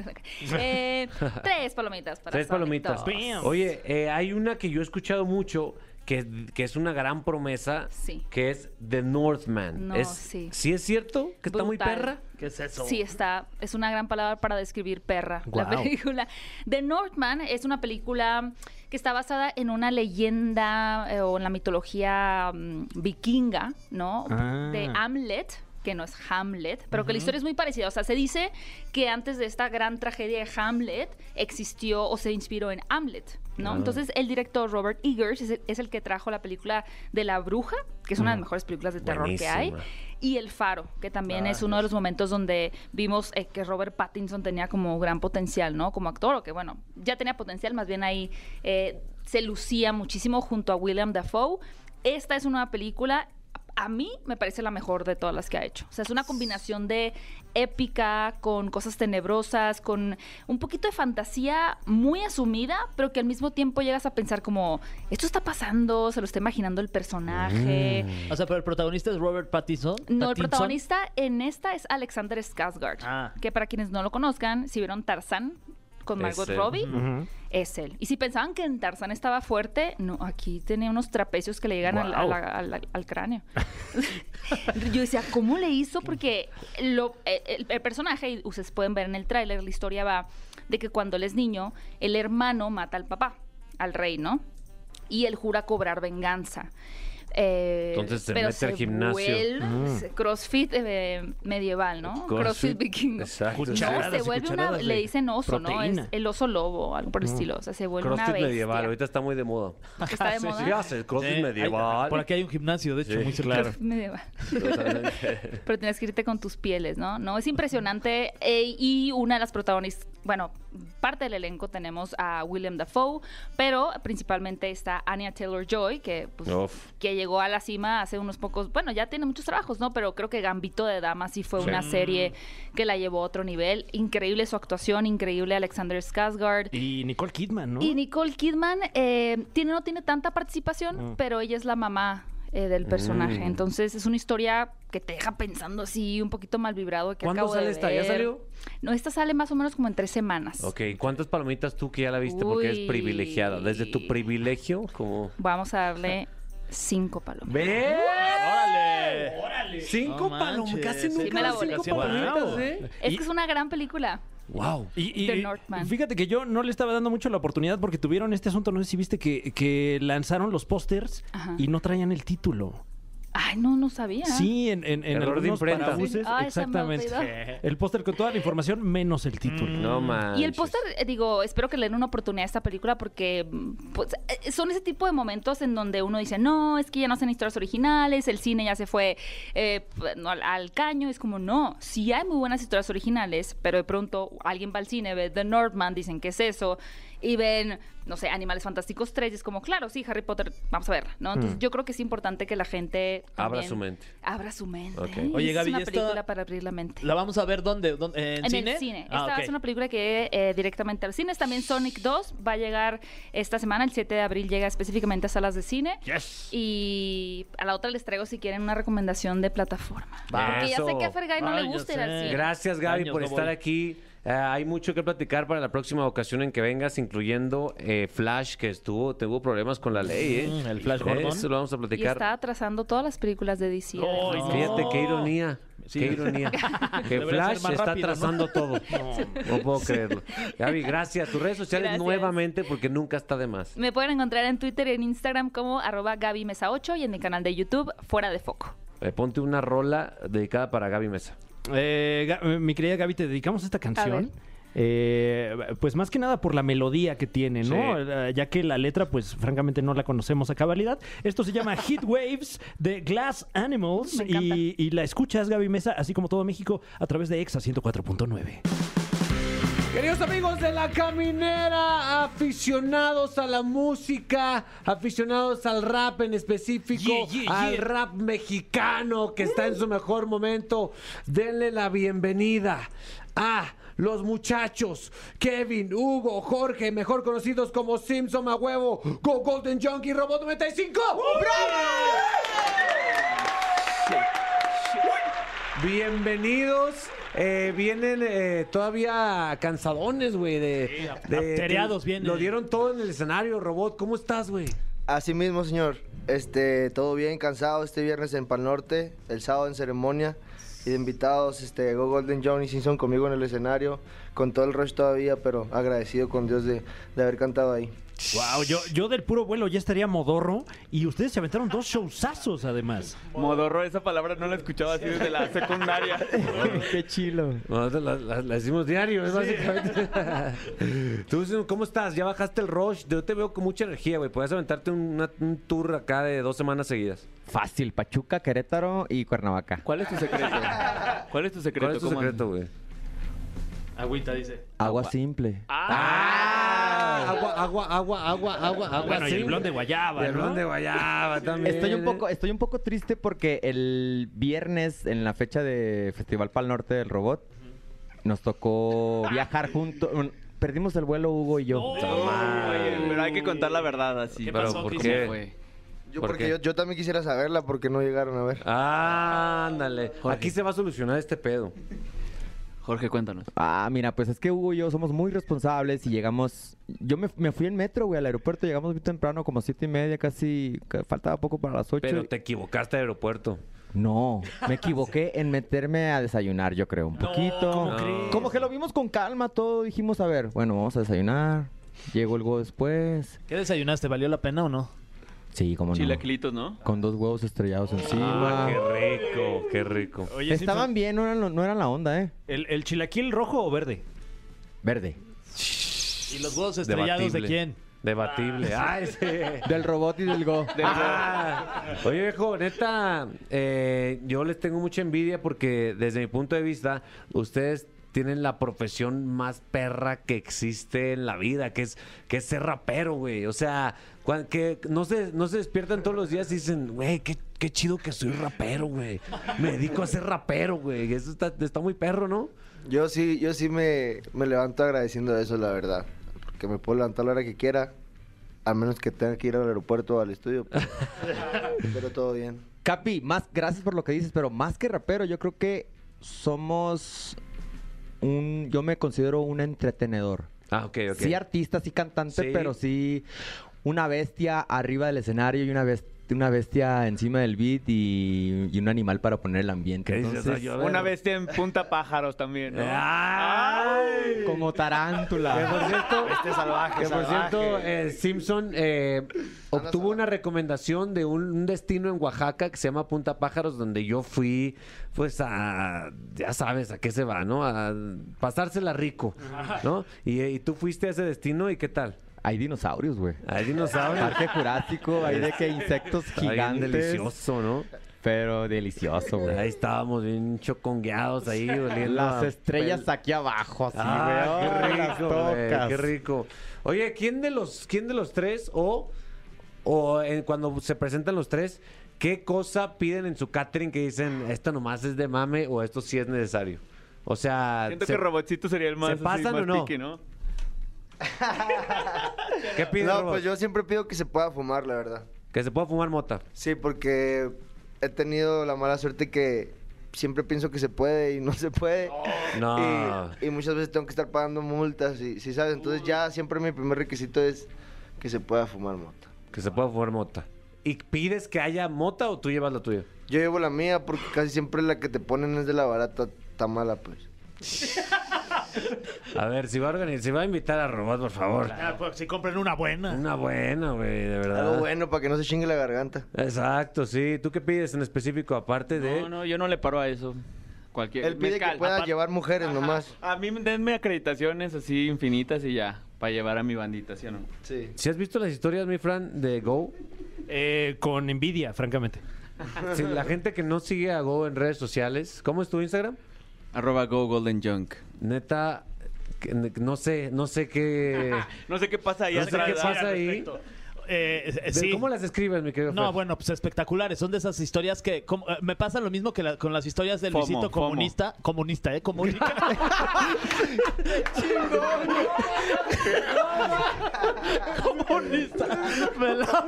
[SPEAKER 9] Eh, tres palomitas para
[SPEAKER 2] Tres
[SPEAKER 9] Sonic
[SPEAKER 2] palomitas.
[SPEAKER 9] dos.
[SPEAKER 2] Oye, eh, hay una que yo he escuchado mucho que, que es una gran promesa,
[SPEAKER 9] Sí.
[SPEAKER 2] que es The Northman.
[SPEAKER 9] No,
[SPEAKER 2] es,
[SPEAKER 9] sí.
[SPEAKER 2] es cierto que está muy
[SPEAKER 9] Brutal.
[SPEAKER 2] perra?
[SPEAKER 3] ¿Qué es eso?
[SPEAKER 9] Sí, está. Es una gran palabra para describir perra. La
[SPEAKER 2] Guau.
[SPEAKER 9] película. The Northman es una película que está basada en una leyenda eh, o en la mitología mm, vikinga, ¿no?
[SPEAKER 4] Ah.
[SPEAKER 9] De Hamlet que no es Hamlet, pero que la historia es muy parecida. O sea, se dice que antes de esta gran tragedia de Hamlet existió o se inspiró en Hamlet, ¿no? Entonces el director Robert Eggers es el, es el que trajo la película de La Bruja, que es una de las mejores películas de terror que hay,
[SPEAKER 2] Buenísima.
[SPEAKER 9] y El Faro, que también es uno de los momentos donde vimos eh, que Robert Pattinson tenía como gran potencial, ¿no? Como actor, o que bueno, ya tenía potencial, más bien ahí eh, se lucía muchísimo junto a William Dafoe. Esta es una película, a mí me parece la mejor de todas las que ha hecho. O sea, es una combinación de épica, con cosas tenebrosas, con un poquito de fantasía muy asumida, pero que al mismo tiempo llegas a pensar como, esto está pasando, se lo está imaginando el personaje.
[SPEAKER 3] Mm. O sea, pero el protagonista es Robert Pattinson.
[SPEAKER 9] No, el
[SPEAKER 3] Pattinson.
[SPEAKER 9] protagonista en esta es Alexander Skarsgård,
[SPEAKER 3] Ah.
[SPEAKER 9] que para quienes no lo conozcan, si vieron Tarzán con Margot
[SPEAKER 2] él.
[SPEAKER 9] Robbie, es él. Y si pensaban que en Tarzán estaba fuerte, no, aquí tenía unos trapecios que le llegan al- al, al- al- al cráneo. Yo decía, ¿cómo le hizo? Porque lo- eh, el, el personaje, y ustedes pueden ver en el tráiler, la historia va de que cuando él es niño, el hermano mata al papá, al rey, ¿no? Y él jura cobrar venganza. Eh,
[SPEAKER 2] Entonces se
[SPEAKER 9] pero
[SPEAKER 2] mete al gimnasio.
[SPEAKER 9] vuelve- se- Crossfit eh, medieval, ¿no? Crossfit, vikingo.
[SPEAKER 2] Exacto.
[SPEAKER 9] No,
[SPEAKER 3] Cucharadas
[SPEAKER 9] se
[SPEAKER 3] y
[SPEAKER 9] vuelve una.
[SPEAKER 3] cucharadas de
[SPEAKER 9] Le dicen oso, ¿no?
[SPEAKER 3] proteína.
[SPEAKER 9] Es el oso lobo, algo por el estilo. O sea, se vuelve una
[SPEAKER 2] Crossfit
[SPEAKER 9] bestia.
[SPEAKER 2] medieval, ahorita está muy de moda.
[SPEAKER 9] que está de moda.
[SPEAKER 2] ¿Qué haces? Crossfit
[SPEAKER 3] Eh, hay-
[SPEAKER 2] medieval.
[SPEAKER 3] por aquí hay un gimnasio, de hecho, muy cercano.
[SPEAKER 9] Crossfit medieval. Pero tienes que irte con tus pieles, ¿no? No, es impresionante. eh, y una de las protagonistas, bueno, parte del elenco tenemos a William Dafoe, pero principalmente está Anya Taylor Joy, que, pues,
[SPEAKER 2] Uf.
[SPEAKER 9] que llegó a la cima hace unos pocos, bueno, ya tiene muchos trabajos, ¿no? Pero creo que Gambito de Dama sí fue una serie que la llevó a otro nivel. Increíble su actuación, increíble Alexander Skarsgård.
[SPEAKER 4] Y Nicole Kidman, ¿no?
[SPEAKER 9] Y Nicole Kidman eh, tiene, no tiene tanta
[SPEAKER 4] Ah.
[SPEAKER 9] participación, pero ella es la mamá eh, del
[SPEAKER 4] Mm.
[SPEAKER 9] personaje. Entonces es una historia que te deja pensando así, un poquito mal vibrado. Que
[SPEAKER 2] ¿Cuándo
[SPEAKER 9] acabo de
[SPEAKER 2] sale esta? ¿Ya
[SPEAKER 9] ver.
[SPEAKER 2] salió?
[SPEAKER 9] No, esta sale más o menos como en tres semanas.
[SPEAKER 2] Ok, ¿cuántas palomitas tú que ya la viste? Porque es privilegiada. Desde tu
[SPEAKER 9] Uy.
[SPEAKER 2] privilegio, como...
[SPEAKER 9] Vamos a darle cinco palomas.
[SPEAKER 2] ¡Ve!
[SPEAKER 3] ¡Órale!
[SPEAKER 2] Cinco
[SPEAKER 3] No
[SPEAKER 2] palomitas.
[SPEAKER 3] manches,
[SPEAKER 2] Casi
[SPEAKER 3] sí
[SPEAKER 9] me
[SPEAKER 2] nunca
[SPEAKER 9] la
[SPEAKER 2] las
[SPEAKER 9] volé.
[SPEAKER 2] cinco
[SPEAKER 3] Wow.
[SPEAKER 2] palomitas, ¿eh?
[SPEAKER 9] Es que es una gran película.
[SPEAKER 2] ¡Wow!
[SPEAKER 4] Y, y-
[SPEAKER 9] The Northman.
[SPEAKER 4] fíjate que yo no le estaba dando mucho la oportunidad porque tuvieron este asunto, no sé si viste que, que lanzaron los pósters
[SPEAKER 9] Ajá.
[SPEAKER 4] y no traían el título.
[SPEAKER 9] Ay, no, no sabía.
[SPEAKER 4] Sí, en, en, en
[SPEAKER 2] Error de
[SPEAKER 4] algunos
[SPEAKER 2] imprenta.
[SPEAKER 4] parabuses,
[SPEAKER 9] Ah, esa me
[SPEAKER 4] exactamente.
[SPEAKER 9] olvidó.
[SPEAKER 4] El póster con toda la información menos el título.
[SPEAKER 2] No manches.
[SPEAKER 9] Y el póster, eh, digo, espero que le den una oportunidad a esta película porque mm, pues, eh, son ese tipo de momentos en donde uno dice, no, es que ya no hacen historias originales, el cine ya se fue eh, p- no, al, al caño. Es como, no, sí hay muy buenas historias originales, pero de pronto alguien va al cine, ve The Northman, dicen, ¿qué es eso? Y ven, no sé, Animales Fantásticos 3, y es como, claro, sí, Harry Potter, vamos a ver, ¿no? Entonces yo creo que es importante que la gente...
[SPEAKER 2] Abra
[SPEAKER 9] también
[SPEAKER 2] su mente.
[SPEAKER 9] Abra su mente.
[SPEAKER 2] Ok.
[SPEAKER 9] Ay,
[SPEAKER 3] Oye,
[SPEAKER 9] es
[SPEAKER 3] Gaby,
[SPEAKER 9] una
[SPEAKER 3] ¿y esta-
[SPEAKER 9] película para abrir la mente.
[SPEAKER 3] ¿La vamos a ver dónde? ¿Dónde? ¿En,
[SPEAKER 9] En
[SPEAKER 3] cine?
[SPEAKER 9] el cine.
[SPEAKER 3] Ah,
[SPEAKER 9] esta
[SPEAKER 3] ok.
[SPEAKER 9] es una película que eh, directamente al cine. También Sonic 2 va a llegar esta semana, el 7 de abril llega específicamente a salas de cine. Y a la otra les traigo si quieren una recomendación de plataforma. Porque ya sé que a Fergay no le
[SPEAKER 3] Ay, yo
[SPEAKER 9] gusta ir al
[SPEAKER 3] sé.
[SPEAKER 9] cine.
[SPEAKER 2] Gracias, Gaby,
[SPEAKER 3] Años
[SPEAKER 2] por
[SPEAKER 3] no
[SPEAKER 2] estar
[SPEAKER 3] voy.
[SPEAKER 2] aquí. Eh, hay mucho que platicar para la próxima ocasión en que vengas, incluyendo eh, Flash, que estuvo, tuvo problemas con la ley. ¿eh?
[SPEAKER 3] Mm, el Flash
[SPEAKER 2] Eh,
[SPEAKER 3] Gordon.
[SPEAKER 2] Eso lo vamos a
[SPEAKER 9] Y está
[SPEAKER 2] platicar.
[SPEAKER 9] atrasando todas las películas de DC.
[SPEAKER 3] Ay,
[SPEAKER 9] ¿no?
[SPEAKER 2] Fíjate qué ironía.
[SPEAKER 3] Sí.
[SPEAKER 2] Qué ironía. que
[SPEAKER 3] Debería
[SPEAKER 2] Flash
[SPEAKER 3] ser más
[SPEAKER 2] está
[SPEAKER 3] rápido, ¿no?
[SPEAKER 2] atrasando todo. No, puedo creerlo. Gaby, gracias. Tus redes sociales
[SPEAKER 9] Gracias.
[SPEAKER 2] nuevamente porque nunca está de más.
[SPEAKER 9] Me pueden encontrar en Twitter y en Instagram como arroba Gaby Mesa 8 y en mi canal de YouTube Fuera de Foco.
[SPEAKER 2] Eh, ponte una rola dedicada para Gaby Mesa.
[SPEAKER 4] Eh, Ga- eh, mi querida Gaby, te dedicamos esta
[SPEAKER 9] ver.
[SPEAKER 4] canción. Eh, pues más que nada por la melodía que tiene, ¿no? Eh, Ya que la letra, pues francamente no la conocemos a cabalidad. Esto se llama Heat Waves de Glass Animals
[SPEAKER 9] Me encanta.
[SPEAKER 4] y, y la escuchas, Gaby Mesa, así como todo México, a través de EXA 104.9.
[SPEAKER 6] Queridos amigos de la caminera, aficionados a la música, aficionados al rap en específico,
[SPEAKER 3] Yeah, yeah,
[SPEAKER 6] al
[SPEAKER 3] yeah.
[SPEAKER 6] rap mexicano que está en su mejor momento, denle la bienvenida a los muchachos Kevin, Hugo, Jorge, mejor conocidos como Simpson a huevo, Go Golden Junkie, Robot 95.
[SPEAKER 2] Bienvenidos. eh, vienen eh, todavía cansadones, güey. De, de-
[SPEAKER 3] aptereados
[SPEAKER 2] de-
[SPEAKER 3] vienen.
[SPEAKER 2] Lo dieron todo en el escenario, Robot. ¿Cómo estás, güey?
[SPEAKER 12] Así mismo, señor. Este, todo bien, cansado este viernes en Pal Norte, el sábado en ceremonia y de invitados, este, Go Golden John y Simpson conmigo en el escenario, con todo el rush todavía, pero agradecido con Dios de, de haber cantado ahí.
[SPEAKER 4] Wow, yo, yo del puro vuelo ya estaría modorro y ustedes se aventaron dos showzazos además.
[SPEAKER 13] Modorro, esa palabra no la escuchaba así desde la secundaria.
[SPEAKER 4] Qué chilo.
[SPEAKER 2] Nosotros la, la- la decimos diario, es básicamente. Tú, Sim, ¿cómo estás? ¿Ya bajaste el rush? Yo te veo con mucha energía, güey. Puedes aventarte una- un tour acá de dos semanas seguidas.
[SPEAKER 14] Fácil, Pachuca, Querétaro y Cuernavaca.
[SPEAKER 13] ¿Cuál es tu secreto? ¿Cuál es tu secreto?
[SPEAKER 2] ¿Cuál es tu
[SPEAKER 13] ¿Cómo
[SPEAKER 2] secreto, güey?
[SPEAKER 3] Agüita, dice.
[SPEAKER 14] Agua simple.
[SPEAKER 13] Ah,
[SPEAKER 2] Agua, agua, agua, agua, agua, agua.
[SPEAKER 4] Bueno, y el
[SPEAKER 2] sí.
[SPEAKER 4] blon de guayaba,
[SPEAKER 2] Y el
[SPEAKER 4] ¿no?
[SPEAKER 2] blon de guayaba también.
[SPEAKER 14] Estoy un poco, estoy un poco triste porque el viernes, en la fecha de Festival Pal Norte del Robot, nos tocó viajar juntos. Perdimos el vuelo Hugo y yo.
[SPEAKER 13] Oye, pero hay que contar la verdad así.
[SPEAKER 2] ¿Qué pasó,
[SPEAKER 13] ¿Por
[SPEAKER 2] Cris?
[SPEAKER 13] qué?
[SPEAKER 2] ¿Cómo
[SPEAKER 13] fue?
[SPEAKER 12] Yo
[SPEAKER 2] ¿Por
[SPEAKER 12] porque
[SPEAKER 2] qué?
[SPEAKER 12] yo, yo también quisiera saberla porque no llegaron a ver.
[SPEAKER 2] Ándale. Aquí se va a solucionar este pedo.
[SPEAKER 13] Jorge, cuéntanos.
[SPEAKER 14] Ah, mira, pues es que Hugo y yo somos muy responsables y llegamos. Yo me, me fui en metro, güey, al aeropuerto. Llegamos muy temprano, como siete y media, casi. ca- Faltaba poco para las ocho.
[SPEAKER 2] Pero te equivocaste de aeropuerto.
[SPEAKER 14] No, me equivoqué en meterme a desayunar, yo creo, un poquito.
[SPEAKER 2] ¿cómo crees?
[SPEAKER 14] Como que lo vimos con calma, todo dijimos, a ver, bueno, vamos a desayunar. Llegó el huevo después.
[SPEAKER 3] ¿Qué desayunaste? ¿Valió la pena o no?
[SPEAKER 14] Sí, como no.
[SPEAKER 13] Chilaquilitos, ¿no?
[SPEAKER 14] Con dos huevos estrellados
[SPEAKER 3] Ah.
[SPEAKER 14] encima.
[SPEAKER 2] Ah, Qué rico, qué rico.
[SPEAKER 4] Oye,
[SPEAKER 14] Estaban bien, no eran, lo- no eran la onda, ¿eh?
[SPEAKER 4] ¿El, el chilaquil rojo o verde?
[SPEAKER 14] Verde.
[SPEAKER 3] ¿Y los huevos estrellados de
[SPEAKER 2] Debatible.
[SPEAKER 3] quién? Ah.
[SPEAKER 2] Debatible. Ay, sí.
[SPEAKER 14] Del robot y del go.
[SPEAKER 2] Ah. Oye, viejo, neta, eh, yo les tengo mucha envidia porque desde mi punto de vista, ustedes tienen la profesión más perra que existe en la vida, que es, que es ser rapero, güey. O sea, cuan- que no se, no se despiertan todos los días y dicen, güey, qué, qué chido que soy rapero, güey. Me dedico a ser rapero, güey. Eso está, está muy perro, ¿no?
[SPEAKER 12] Yo sí, yo sí me, me levanto agradeciendo eso, la verdad. Porque me puedo levantar a la hora que quiera, a menos que tenga que ir al aeropuerto o al estudio. Pero todo bien.
[SPEAKER 14] Capi, más gracias por lo que dices, pero más que rapero, yo creo que somos un. Yo me considero un entretenedor.
[SPEAKER 2] Ah, ok, ok.
[SPEAKER 14] Sí, artista, sí cantante,
[SPEAKER 2] Sí.
[SPEAKER 14] pero sí una bestia arriba del escenario y una bestia. Una bestia encima del beat y, y un animal para poner el ambiente.
[SPEAKER 2] ¿Qué dices?
[SPEAKER 14] Entonces,
[SPEAKER 2] Ay, yo- A ver.
[SPEAKER 13] Una bestia en punta pájaros también, ¿no?
[SPEAKER 2] ¡Ay!
[SPEAKER 14] como
[SPEAKER 2] Que por
[SPEAKER 14] tarántula.
[SPEAKER 2] cierto,
[SPEAKER 13] Este salvaje,
[SPEAKER 2] que por
[SPEAKER 13] salvaje.
[SPEAKER 2] cierto, eh, Simpson eh, obtuvo una recomendación de un, un destino en Oaxaca que se llama Punta Pájaros, donde yo fui, pues a, ya sabes a qué se va, ¿no? A pasársela rico, ¿no? Y, eh, y tú fuiste a ese destino y qué tal.
[SPEAKER 14] Hay dinosaurios, güey.
[SPEAKER 2] Hay dinosaurios.
[SPEAKER 14] Parque Jurásico, hay de que insectos
[SPEAKER 2] Está bien
[SPEAKER 14] gigantes.
[SPEAKER 2] delicioso, ¿no?
[SPEAKER 14] Pero delicioso, güey.
[SPEAKER 2] Ahí estábamos bien chocongueados ahí, oliendo
[SPEAKER 14] Las
[SPEAKER 2] a
[SPEAKER 14] estrellas
[SPEAKER 2] pel-
[SPEAKER 14] aquí abajo, así,
[SPEAKER 2] Ah,
[SPEAKER 14] güey.
[SPEAKER 2] qué
[SPEAKER 14] Ay, las
[SPEAKER 2] rico, güey,
[SPEAKER 14] tocas.
[SPEAKER 2] qué rico. Oye, ¿quién de los, quién de los tres o, o en- cuando se presentan los tres, qué cosa piden en su catering que dicen esto nomás es de mame o esto sí es necesario? O sea,
[SPEAKER 13] Siento
[SPEAKER 2] se-
[SPEAKER 13] que Robotcito sería el más,
[SPEAKER 2] ¿se
[SPEAKER 13] así,
[SPEAKER 2] pasan
[SPEAKER 13] más
[SPEAKER 2] o no?
[SPEAKER 13] piqui, ¿no?
[SPEAKER 2] ¿qué piden?
[SPEAKER 12] No,
[SPEAKER 2] Robert?
[SPEAKER 12] pues yo siempre pido que se pueda fumar, la verdad.
[SPEAKER 2] Que se pueda fumar mota.
[SPEAKER 12] Sí, porque he tenido la mala suerte que siempre pienso que se puede y no se puede.
[SPEAKER 2] No.
[SPEAKER 12] Y, y muchas veces tengo que estar pagando multas y si sabes, entonces ya siempre mi primer requisito es que se pueda fumar mota.
[SPEAKER 2] Que se pueda fumar mota. ¿Y pides que haya mota o tú llevas la tuya?
[SPEAKER 12] Yo llevo la mía porque casi siempre la que te ponen es de la barata, está mala pues.
[SPEAKER 2] A ver, si va a, organizar, si va a invitar a Robot, por favor.
[SPEAKER 3] si compren una buena.
[SPEAKER 2] pues, Una buena, güey, de verdad.
[SPEAKER 12] Algo bueno para que no se chingue la garganta.
[SPEAKER 2] Exacto, sí. ¿Tú qué pides en específico aparte este de...?
[SPEAKER 13] No, no, yo no le paro a eso. Cualquier...
[SPEAKER 12] Él pide
[SPEAKER 13] mezcal,
[SPEAKER 12] que pueda
[SPEAKER 13] aparte-
[SPEAKER 12] llevar mujeres
[SPEAKER 13] Ajá.
[SPEAKER 12] nomás.
[SPEAKER 13] A mí denme acreditaciones así infinitas y ya, para llevar a mi bandita, ¿sí o no?
[SPEAKER 12] Sí.
[SPEAKER 2] Si has visto las historias, mi Fran, de Go,
[SPEAKER 4] Eh, con envidia, francamente.
[SPEAKER 2] si la gente que no sigue a Go en redes sociales, ¿cómo es tu Instagram?
[SPEAKER 13] Arroba Go Golden Junk.
[SPEAKER 2] Neta, que- no sé, no sé qué.
[SPEAKER 13] No sé qué pasa ahí
[SPEAKER 2] No sé qué
[SPEAKER 13] atrás.
[SPEAKER 2] pasa ahí.
[SPEAKER 3] Perfecto. Eh, eh,
[SPEAKER 2] De-
[SPEAKER 3] sí.
[SPEAKER 2] ¿Cómo las escribes, mi querido?
[SPEAKER 3] No,
[SPEAKER 2] Fran?
[SPEAKER 3] bueno, pues espectaculares. Son de esas historias que como, eh, me pasa lo mismo que la- con las historias del
[SPEAKER 13] Fomo,
[SPEAKER 3] visito
[SPEAKER 13] fomo.
[SPEAKER 3] comunista, comunista, eh, comunica. comunista. Me la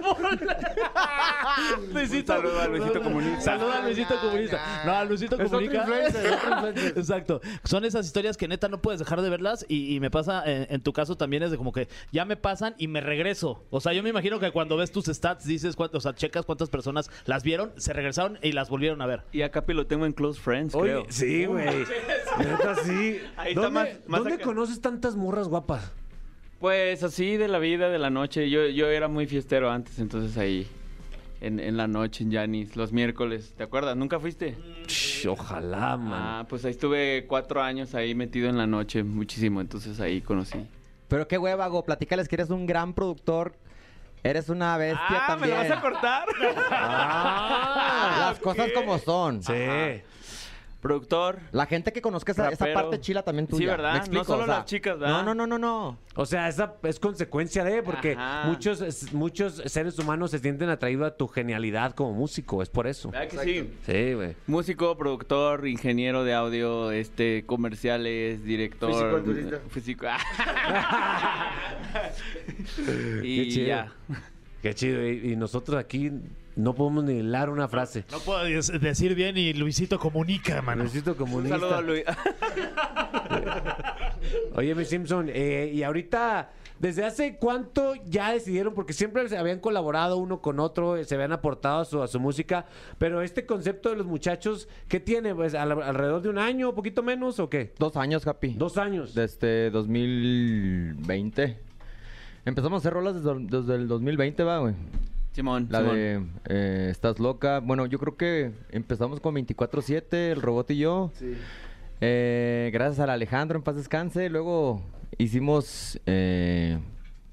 [SPEAKER 3] Luisito,
[SPEAKER 13] saludo a Luisito Comunista.
[SPEAKER 3] Saluda a Luisito Comunista. No, a Luisito
[SPEAKER 2] Es otro
[SPEAKER 3] Comunica.
[SPEAKER 2] influencer, otro influencer.
[SPEAKER 3] Exacto. Son esas historias que neta no puedes eh, dejar de verlas y, y me pasa, en, en tu caso también es de como que ya me pasan y me regreso. O sea, yo me imagino imagino que cuando ves tus stats dices, cuánto, o sea, checas cuántas personas las vieron, se regresaron y las volvieron a ver.
[SPEAKER 13] Y a Capi lo tengo en Close Friends,
[SPEAKER 2] Oye,
[SPEAKER 13] creo.
[SPEAKER 2] sí, güey. Neta, sí.
[SPEAKER 13] Ahí está
[SPEAKER 2] ¿Dónde,
[SPEAKER 13] más- más
[SPEAKER 2] dónde
[SPEAKER 13] acá.
[SPEAKER 2] conoces tantas morras guapas?
[SPEAKER 13] Pues así de la vida, de la noche. Yo, yo era muy fiestero antes, entonces ahí. En, en la noche, en Janis, los miércoles. ¿Te acuerdas? ¿Nunca fuiste?
[SPEAKER 2] ojalá,
[SPEAKER 13] Ah, pues ahí estuve cuatro años ahí metido en la noche, muchísimo. Entonces ahí conocí.
[SPEAKER 14] Pero qué huevago, platícales que eres un gran productor. Eres una bestia
[SPEAKER 2] Ah,
[SPEAKER 14] también.
[SPEAKER 13] cortar? Ah.
[SPEAKER 14] Las cosas como son. Sí.
[SPEAKER 13] Productor.
[SPEAKER 14] La gente que conozca esa, esa
[SPEAKER 13] Rapero.
[SPEAKER 14] parte chila también
[SPEAKER 13] Sí,
[SPEAKER 14] tuya. ¿Me
[SPEAKER 13] ¿verdad? No
[SPEAKER 14] explico?
[SPEAKER 13] solo
[SPEAKER 14] O sea,
[SPEAKER 13] las chicas, ¿verdad?
[SPEAKER 14] No, no, no, no, no.
[SPEAKER 2] O sea, esa es consecuencia de, porque
[SPEAKER 13] Ajá.
[SPEAKER 2] muchos, es- muchos seres humanos se sienten atraídos a tu genialidad como músico, es por eso.
[SPEAKER 13] ¿Verdad que sí?
[SPEAKER 2] Sí, güey.
[SPEAKER 13] Músico, productor, ingeniero de audio, este, comerciales, director.
[SPEAKER 5] Fisiculturista.
[SPEAKER 13] eh, físico-
[SPEAKER 2] Eh, Qué
[SPEAKER 13] y
[SPEAKER 2] chido.
[SPEAKER 13] ya.
[SPEAKER 2] Qué chido. Y, y nosotros aquí no podemos ni hilar una frase.
[SPEAKER 3] No puedo des- decir bien y Luisito comunica, mano.
[SPEAKER 2] Luisito
[SPEAKER 13] Un
[SPEAKER 2] comunista.
[SPEAKER 13] saludo a Luis.
[SPEAKER 2] Oye, mi Simpson, eh, y ahorita, ¿desde hace cuánto ya decidieron? Porque siempre se habían colaborado uno con otro, eh, se habían aportado a su, a su música, pero este concepto de los muchachos, ¿qué tiene? Pues al- alrededor de un año, poquito menos, ¿o qué?
[SPEAKER 14] Dos años, Capi.
[SPEAKER 2] Dos años.
[SPEAKER 14] Desde 2020. Empezamos a hacer rolas desde, desde el 2020, va, güey.
[SPEAKER 13] Simón,
[SPEAKER 14] La
[SPEAKER 13] Simón.
[SPEAKER 14] de eh, Estás loca. Bueno, yo creo que empezamos con 24-7, el robot y yo.
[SPEAKER 12] Sí.
[SPEAKER 14] Eh, gracias al Alejandro, en paz descanse. Luego hicimos. eh,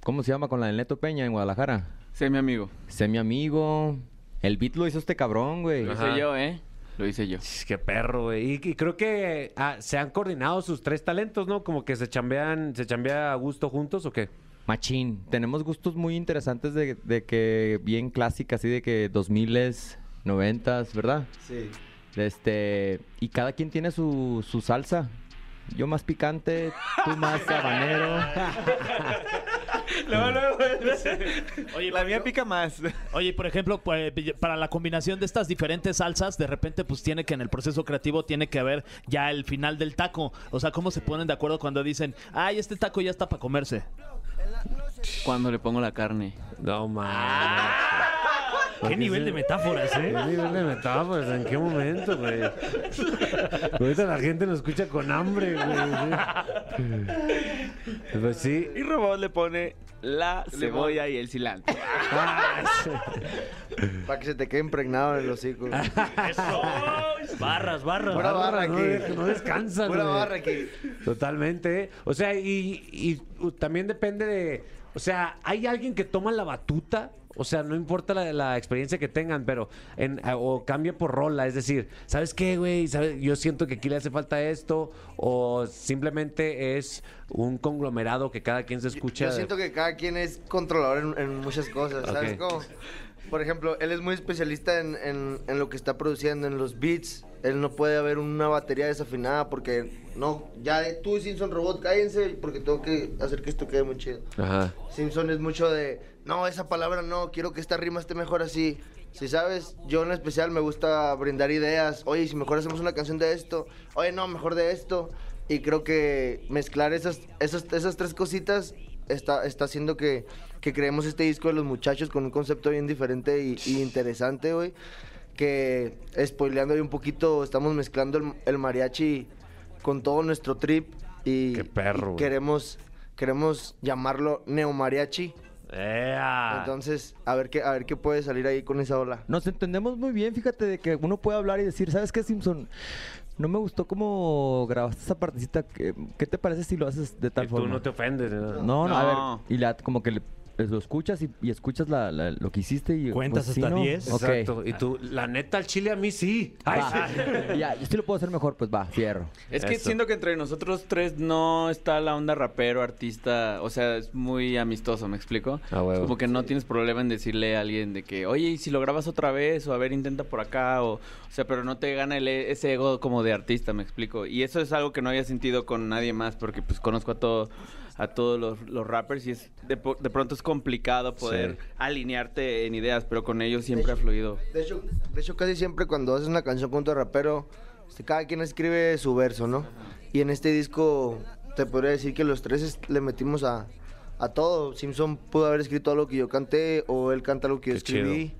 [SPEAKER 14] ¿Cómo se llama? Con la del Neto Peña en Guadalajara.
[SPEAKER 13] Sé mi amigo.
[SPEAKER 14] Sé mi amigo. El beat lo hizo este cabrón, güey.
[SPEAKER 13] Lo hice yo, ¿eh? Lo hice yo.
[SPEAKER 2] Qué perro, güey. Y, y creo que ah, se han coordinado sus tres talentos, ¿no? Como que se chambean, se chambea a gusto juntos, ¿o qué?
[SPEAKER 14] Machín. Tenemos gustos muy interesantes de, de que bien clásicas, así de que 2000s, 90s, ¿verdad?
[SPEAKER 12] Sí.
[SPEAKER 14] Este, y cada quien tiene su, su salsa. Yo más picante, tú más habanero.
[SPEAKER 3] Oye,
[SPEAKER 13] La mía pica más.
[SPEAKER 3] Oye, por ejemplo, pues, para la combinación de estas diferentes salsas, de repente, pues tiene que en el proceso creativo tiene que haber ya el final del taco. O sea, ¿cómo se ponen de acuerdo cuando dicen, ay, este taco ya está para comerse?
[SPEAKER 13] Cuando le pongo la carne. Ah.
[SPEAKER 2] No mames.
[SPEAKER 15] Qué nivel de metáforas, ¿eh?
[SPEAKER 2] ¿Qué nivel de metáforas? pues, ¿En qué momento, güey? Ahorita la gente nos escucha con hambre, güey. sí. Pues sí.
[SPEAKER 13] Y Robot le pone la cebolla y el cilantro.
[SPEAKER 2] Ah,
[SPEAKER 12] Para que se te quede impregnado en el hocico.
[SPEAKER 15] Barras, barras.
[SPEAKER 12] Pura barra
[SPEAKER 2] No,
[SPEAKER 12] aquí.
[SPEAKER 2] no descansan,
[SPEAKER 12] Pura
[SPEAKER 2] güey.
[SPEAKER 12] barra aquí.
[SPEAKER 2] Totalmente. ¿eh? O sea, y, y, uh, también depende de. O sea, hay alguien que toma la batuta. O sea, no importa la, la experiencia que tengan, pero. En, a- o cambia por rola. Es decir, ¿sabes qué, güey? ¿Sabes? Yo siento que aquí le hace falta esto. O simplemente es un conglomerado que cada quien se escucha.
[SPEAKER 12] Yo siento que cada quien es controlador en, en muchas cosas, ¿sabes
[SPEAKER 2] Ok.
[SPEAKER 12] cómo? Por ejemplo, él es muy especialista en, en- en lo que está produciendo, en los beats. Él no puede haber una batería desafinada porque no, ya de- tú, Simpson Robot, cállense porque tengo que hacer que esto quede muy chido.
[SPEAKER 2] Ajá.
[SPEAKER 12] Simpson es mucho de, no, esa palabra no, quiero que esta rima esté mejor así. Si sabes, yo en especial me gusta brindar ideas. Oye, si mejor hacemos una canción de esto. Oye, no, mejor de esto. Y creo que mezclar esas, esas, esas tres cositas está, está haciendo que, que creemos este disco de los muchachos con un concepto bien diferente y, y interesante, güey. Que, spoileando ahí un poquito, estamos mezclando el, el mariachi con todo nuestro trip. Y,
[SPEAKER 2] Qué
[SPEAKER 12] y
[SPEAKER 2] perro, güey.
[SPEAKER 12] queremos, queremos llamarlo neomariachi.
[SPEAKER 2] ¡Ea!
[SPEAKER 12] Entonces, a ver qué, a ver qué puede salir ahí con esa ola.
[SPEAKER 14] Nos entendemos muy bien, fíjate, de que uno puede hablar y decir, ¿sabes qué, Simpson? No me gustó cómo grabaste esa partecita. ¿Qué, qué te parece si lo haces de tal
[SPEAKER 2] Que tú
[SPEAKER 14] forma?
[SPEAKER 2] no te ofendes. ¿no?
[SPEAKER 14] No, no, a
[SPEAKER 13] No.
[SPEAKER 14] ver. Y la, como que le- pues, lo escuchas y, y escuchas la- la- lo que hiciste y...
[SPEAKER 15] Cuentas
[SPEAKER 14] Pues sí,
[SPEAKER 15] hasta
[SPEAKER 14] ¿no?
[SPEAKER 15] 10.
[SPEAKER 14] Ok.
[SPEAKER 2] Exacto. Y tú, la neta, al chile a mí sí. Ay,
[SPEAKER 14] Va.
[SPEAKER 2] sí.
[SPEAKER 14] Ya, yo sí lo puedo hacer mejor, pues va, fierro.
[SPEAKER 13] Es que
[SPEAKER 2] Eso.
[SPEAKER 13] siento que entre nosotros tres no está la onda rapero, artista. O sea, es muy amistoso, ¿me explico?
[SPEAKER 2] A huevo.
[SPEAKER 13] Es como que no tienes problema en decirle a alguien de que, oye, ¿y si lo grabas otra vez? O a ver, intenta por acá. O, o sea, pero no te gana el e- ese ego como de artista, ¿me explico? Y eso es algo que no había sentido con nadie más porque pues conozco a todo a todos los, los rappers y es de, po- de pronto es complicado poder
[SPEAKER 2] Sí.
[SPEAKER 13] alinearte en ideas, pero con ellos siempre ha fluido.
[SPEAKER 12] De hecho, de hecho, casi siempre cuando haces una canción con tu rapero, este, cada quien escribe su verso, ¿no? Y en este disco, te podría decir que los tres es- le metimos a, a todo. Simpson pudo haber escrito algo que yo canté o él canta algo que yo
[SPEAKER 2] Qué
[SPEAKER 12] escribí.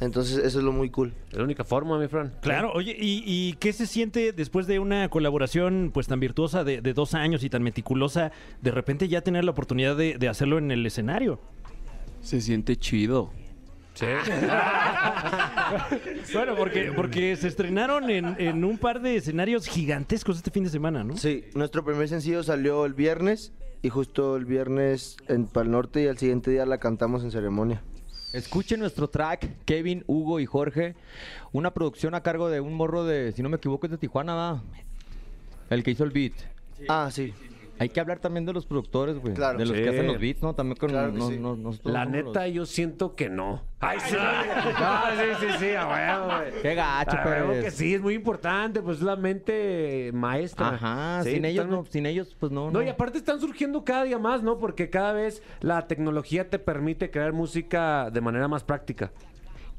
[SPEAKER 12] Entonces, eso es lo muy cool.
[SPEAKER 2] Es la única forma, mi Fran.
[SPEAKER 4] Claro, oye, ¿y, y qué se siente después de una colaboración pues tan virtuosa de, de dos años y tan meticulosa, de repente ya tener la oportunidad de, de hacerlo en el escenario?
[SPEAKER 13] Se siente chido.
[SPEAKER 2] Sí.
[SPEAKER 4] bueno, porque, porque se estrenaron en, en un par de escenarios gigantescos este fin de semana, ¿no?
[SPEAKER 12] Sí, nuestro primer sencillo salió el viernes y justo el viernes en Pal Norte y al siguiente día la cantamos en ceremonia.
[SPEAKER 14] Escuchen nuestro track, Kevin, Hugo y Jorge. Una producción a cargo de un morro de, si no me equivoco, es de Tijuana, ¿va? El que hizo el beat.
[SPEAKER 12] Ah, sí.
[SPEAKER 14] Hay que hablar también de los productores, güey.
[SPEAKER 12] Claro.
[SPEAKER 14] De los
[SPEAKER 12] Sí.
[SPEAKER 14] que hacen los beats, ¿no? También con
[SPEAKER 12] Claro que
[SPEAKER 14] no-
[SPEAKER 12] sí.
[SPEAKER 14] no- nosotros
[SPEAKER 2] La
[SPEAKER 14] somos
[SPEAKER 2] neta,
[SPEAKER 14] los-
[SPEAKER 2] yo siento que no. ¡Ay, sí!
[SPEAKER 14] Ah,
[SPEAKER 2] No, sí, sí, sí, a huevo, güey.
[SPEAKER 14] Qué gacho, pues.
[SPEAKER 2] A huevo
[SPEAKER 14] Pérez.
[SPEAKER 2] que sí, es muy importante, pues la mente maestra.
[SPEAKER 14] Ajá,
[SPEAKER 2] Sí,
[SPEAKER 14] sin ellos
[SPEAKER 2] totalmente.
[SPEAKER 14] no, sin ellos pues no.
[SPEAKER 2] No,
[SPEAKER 14] no.
[SPEAKER 2] y aparte están surgiendo cada día más, ¿no? Porque cada vez la tecnología te permite crear música de manera más práctica.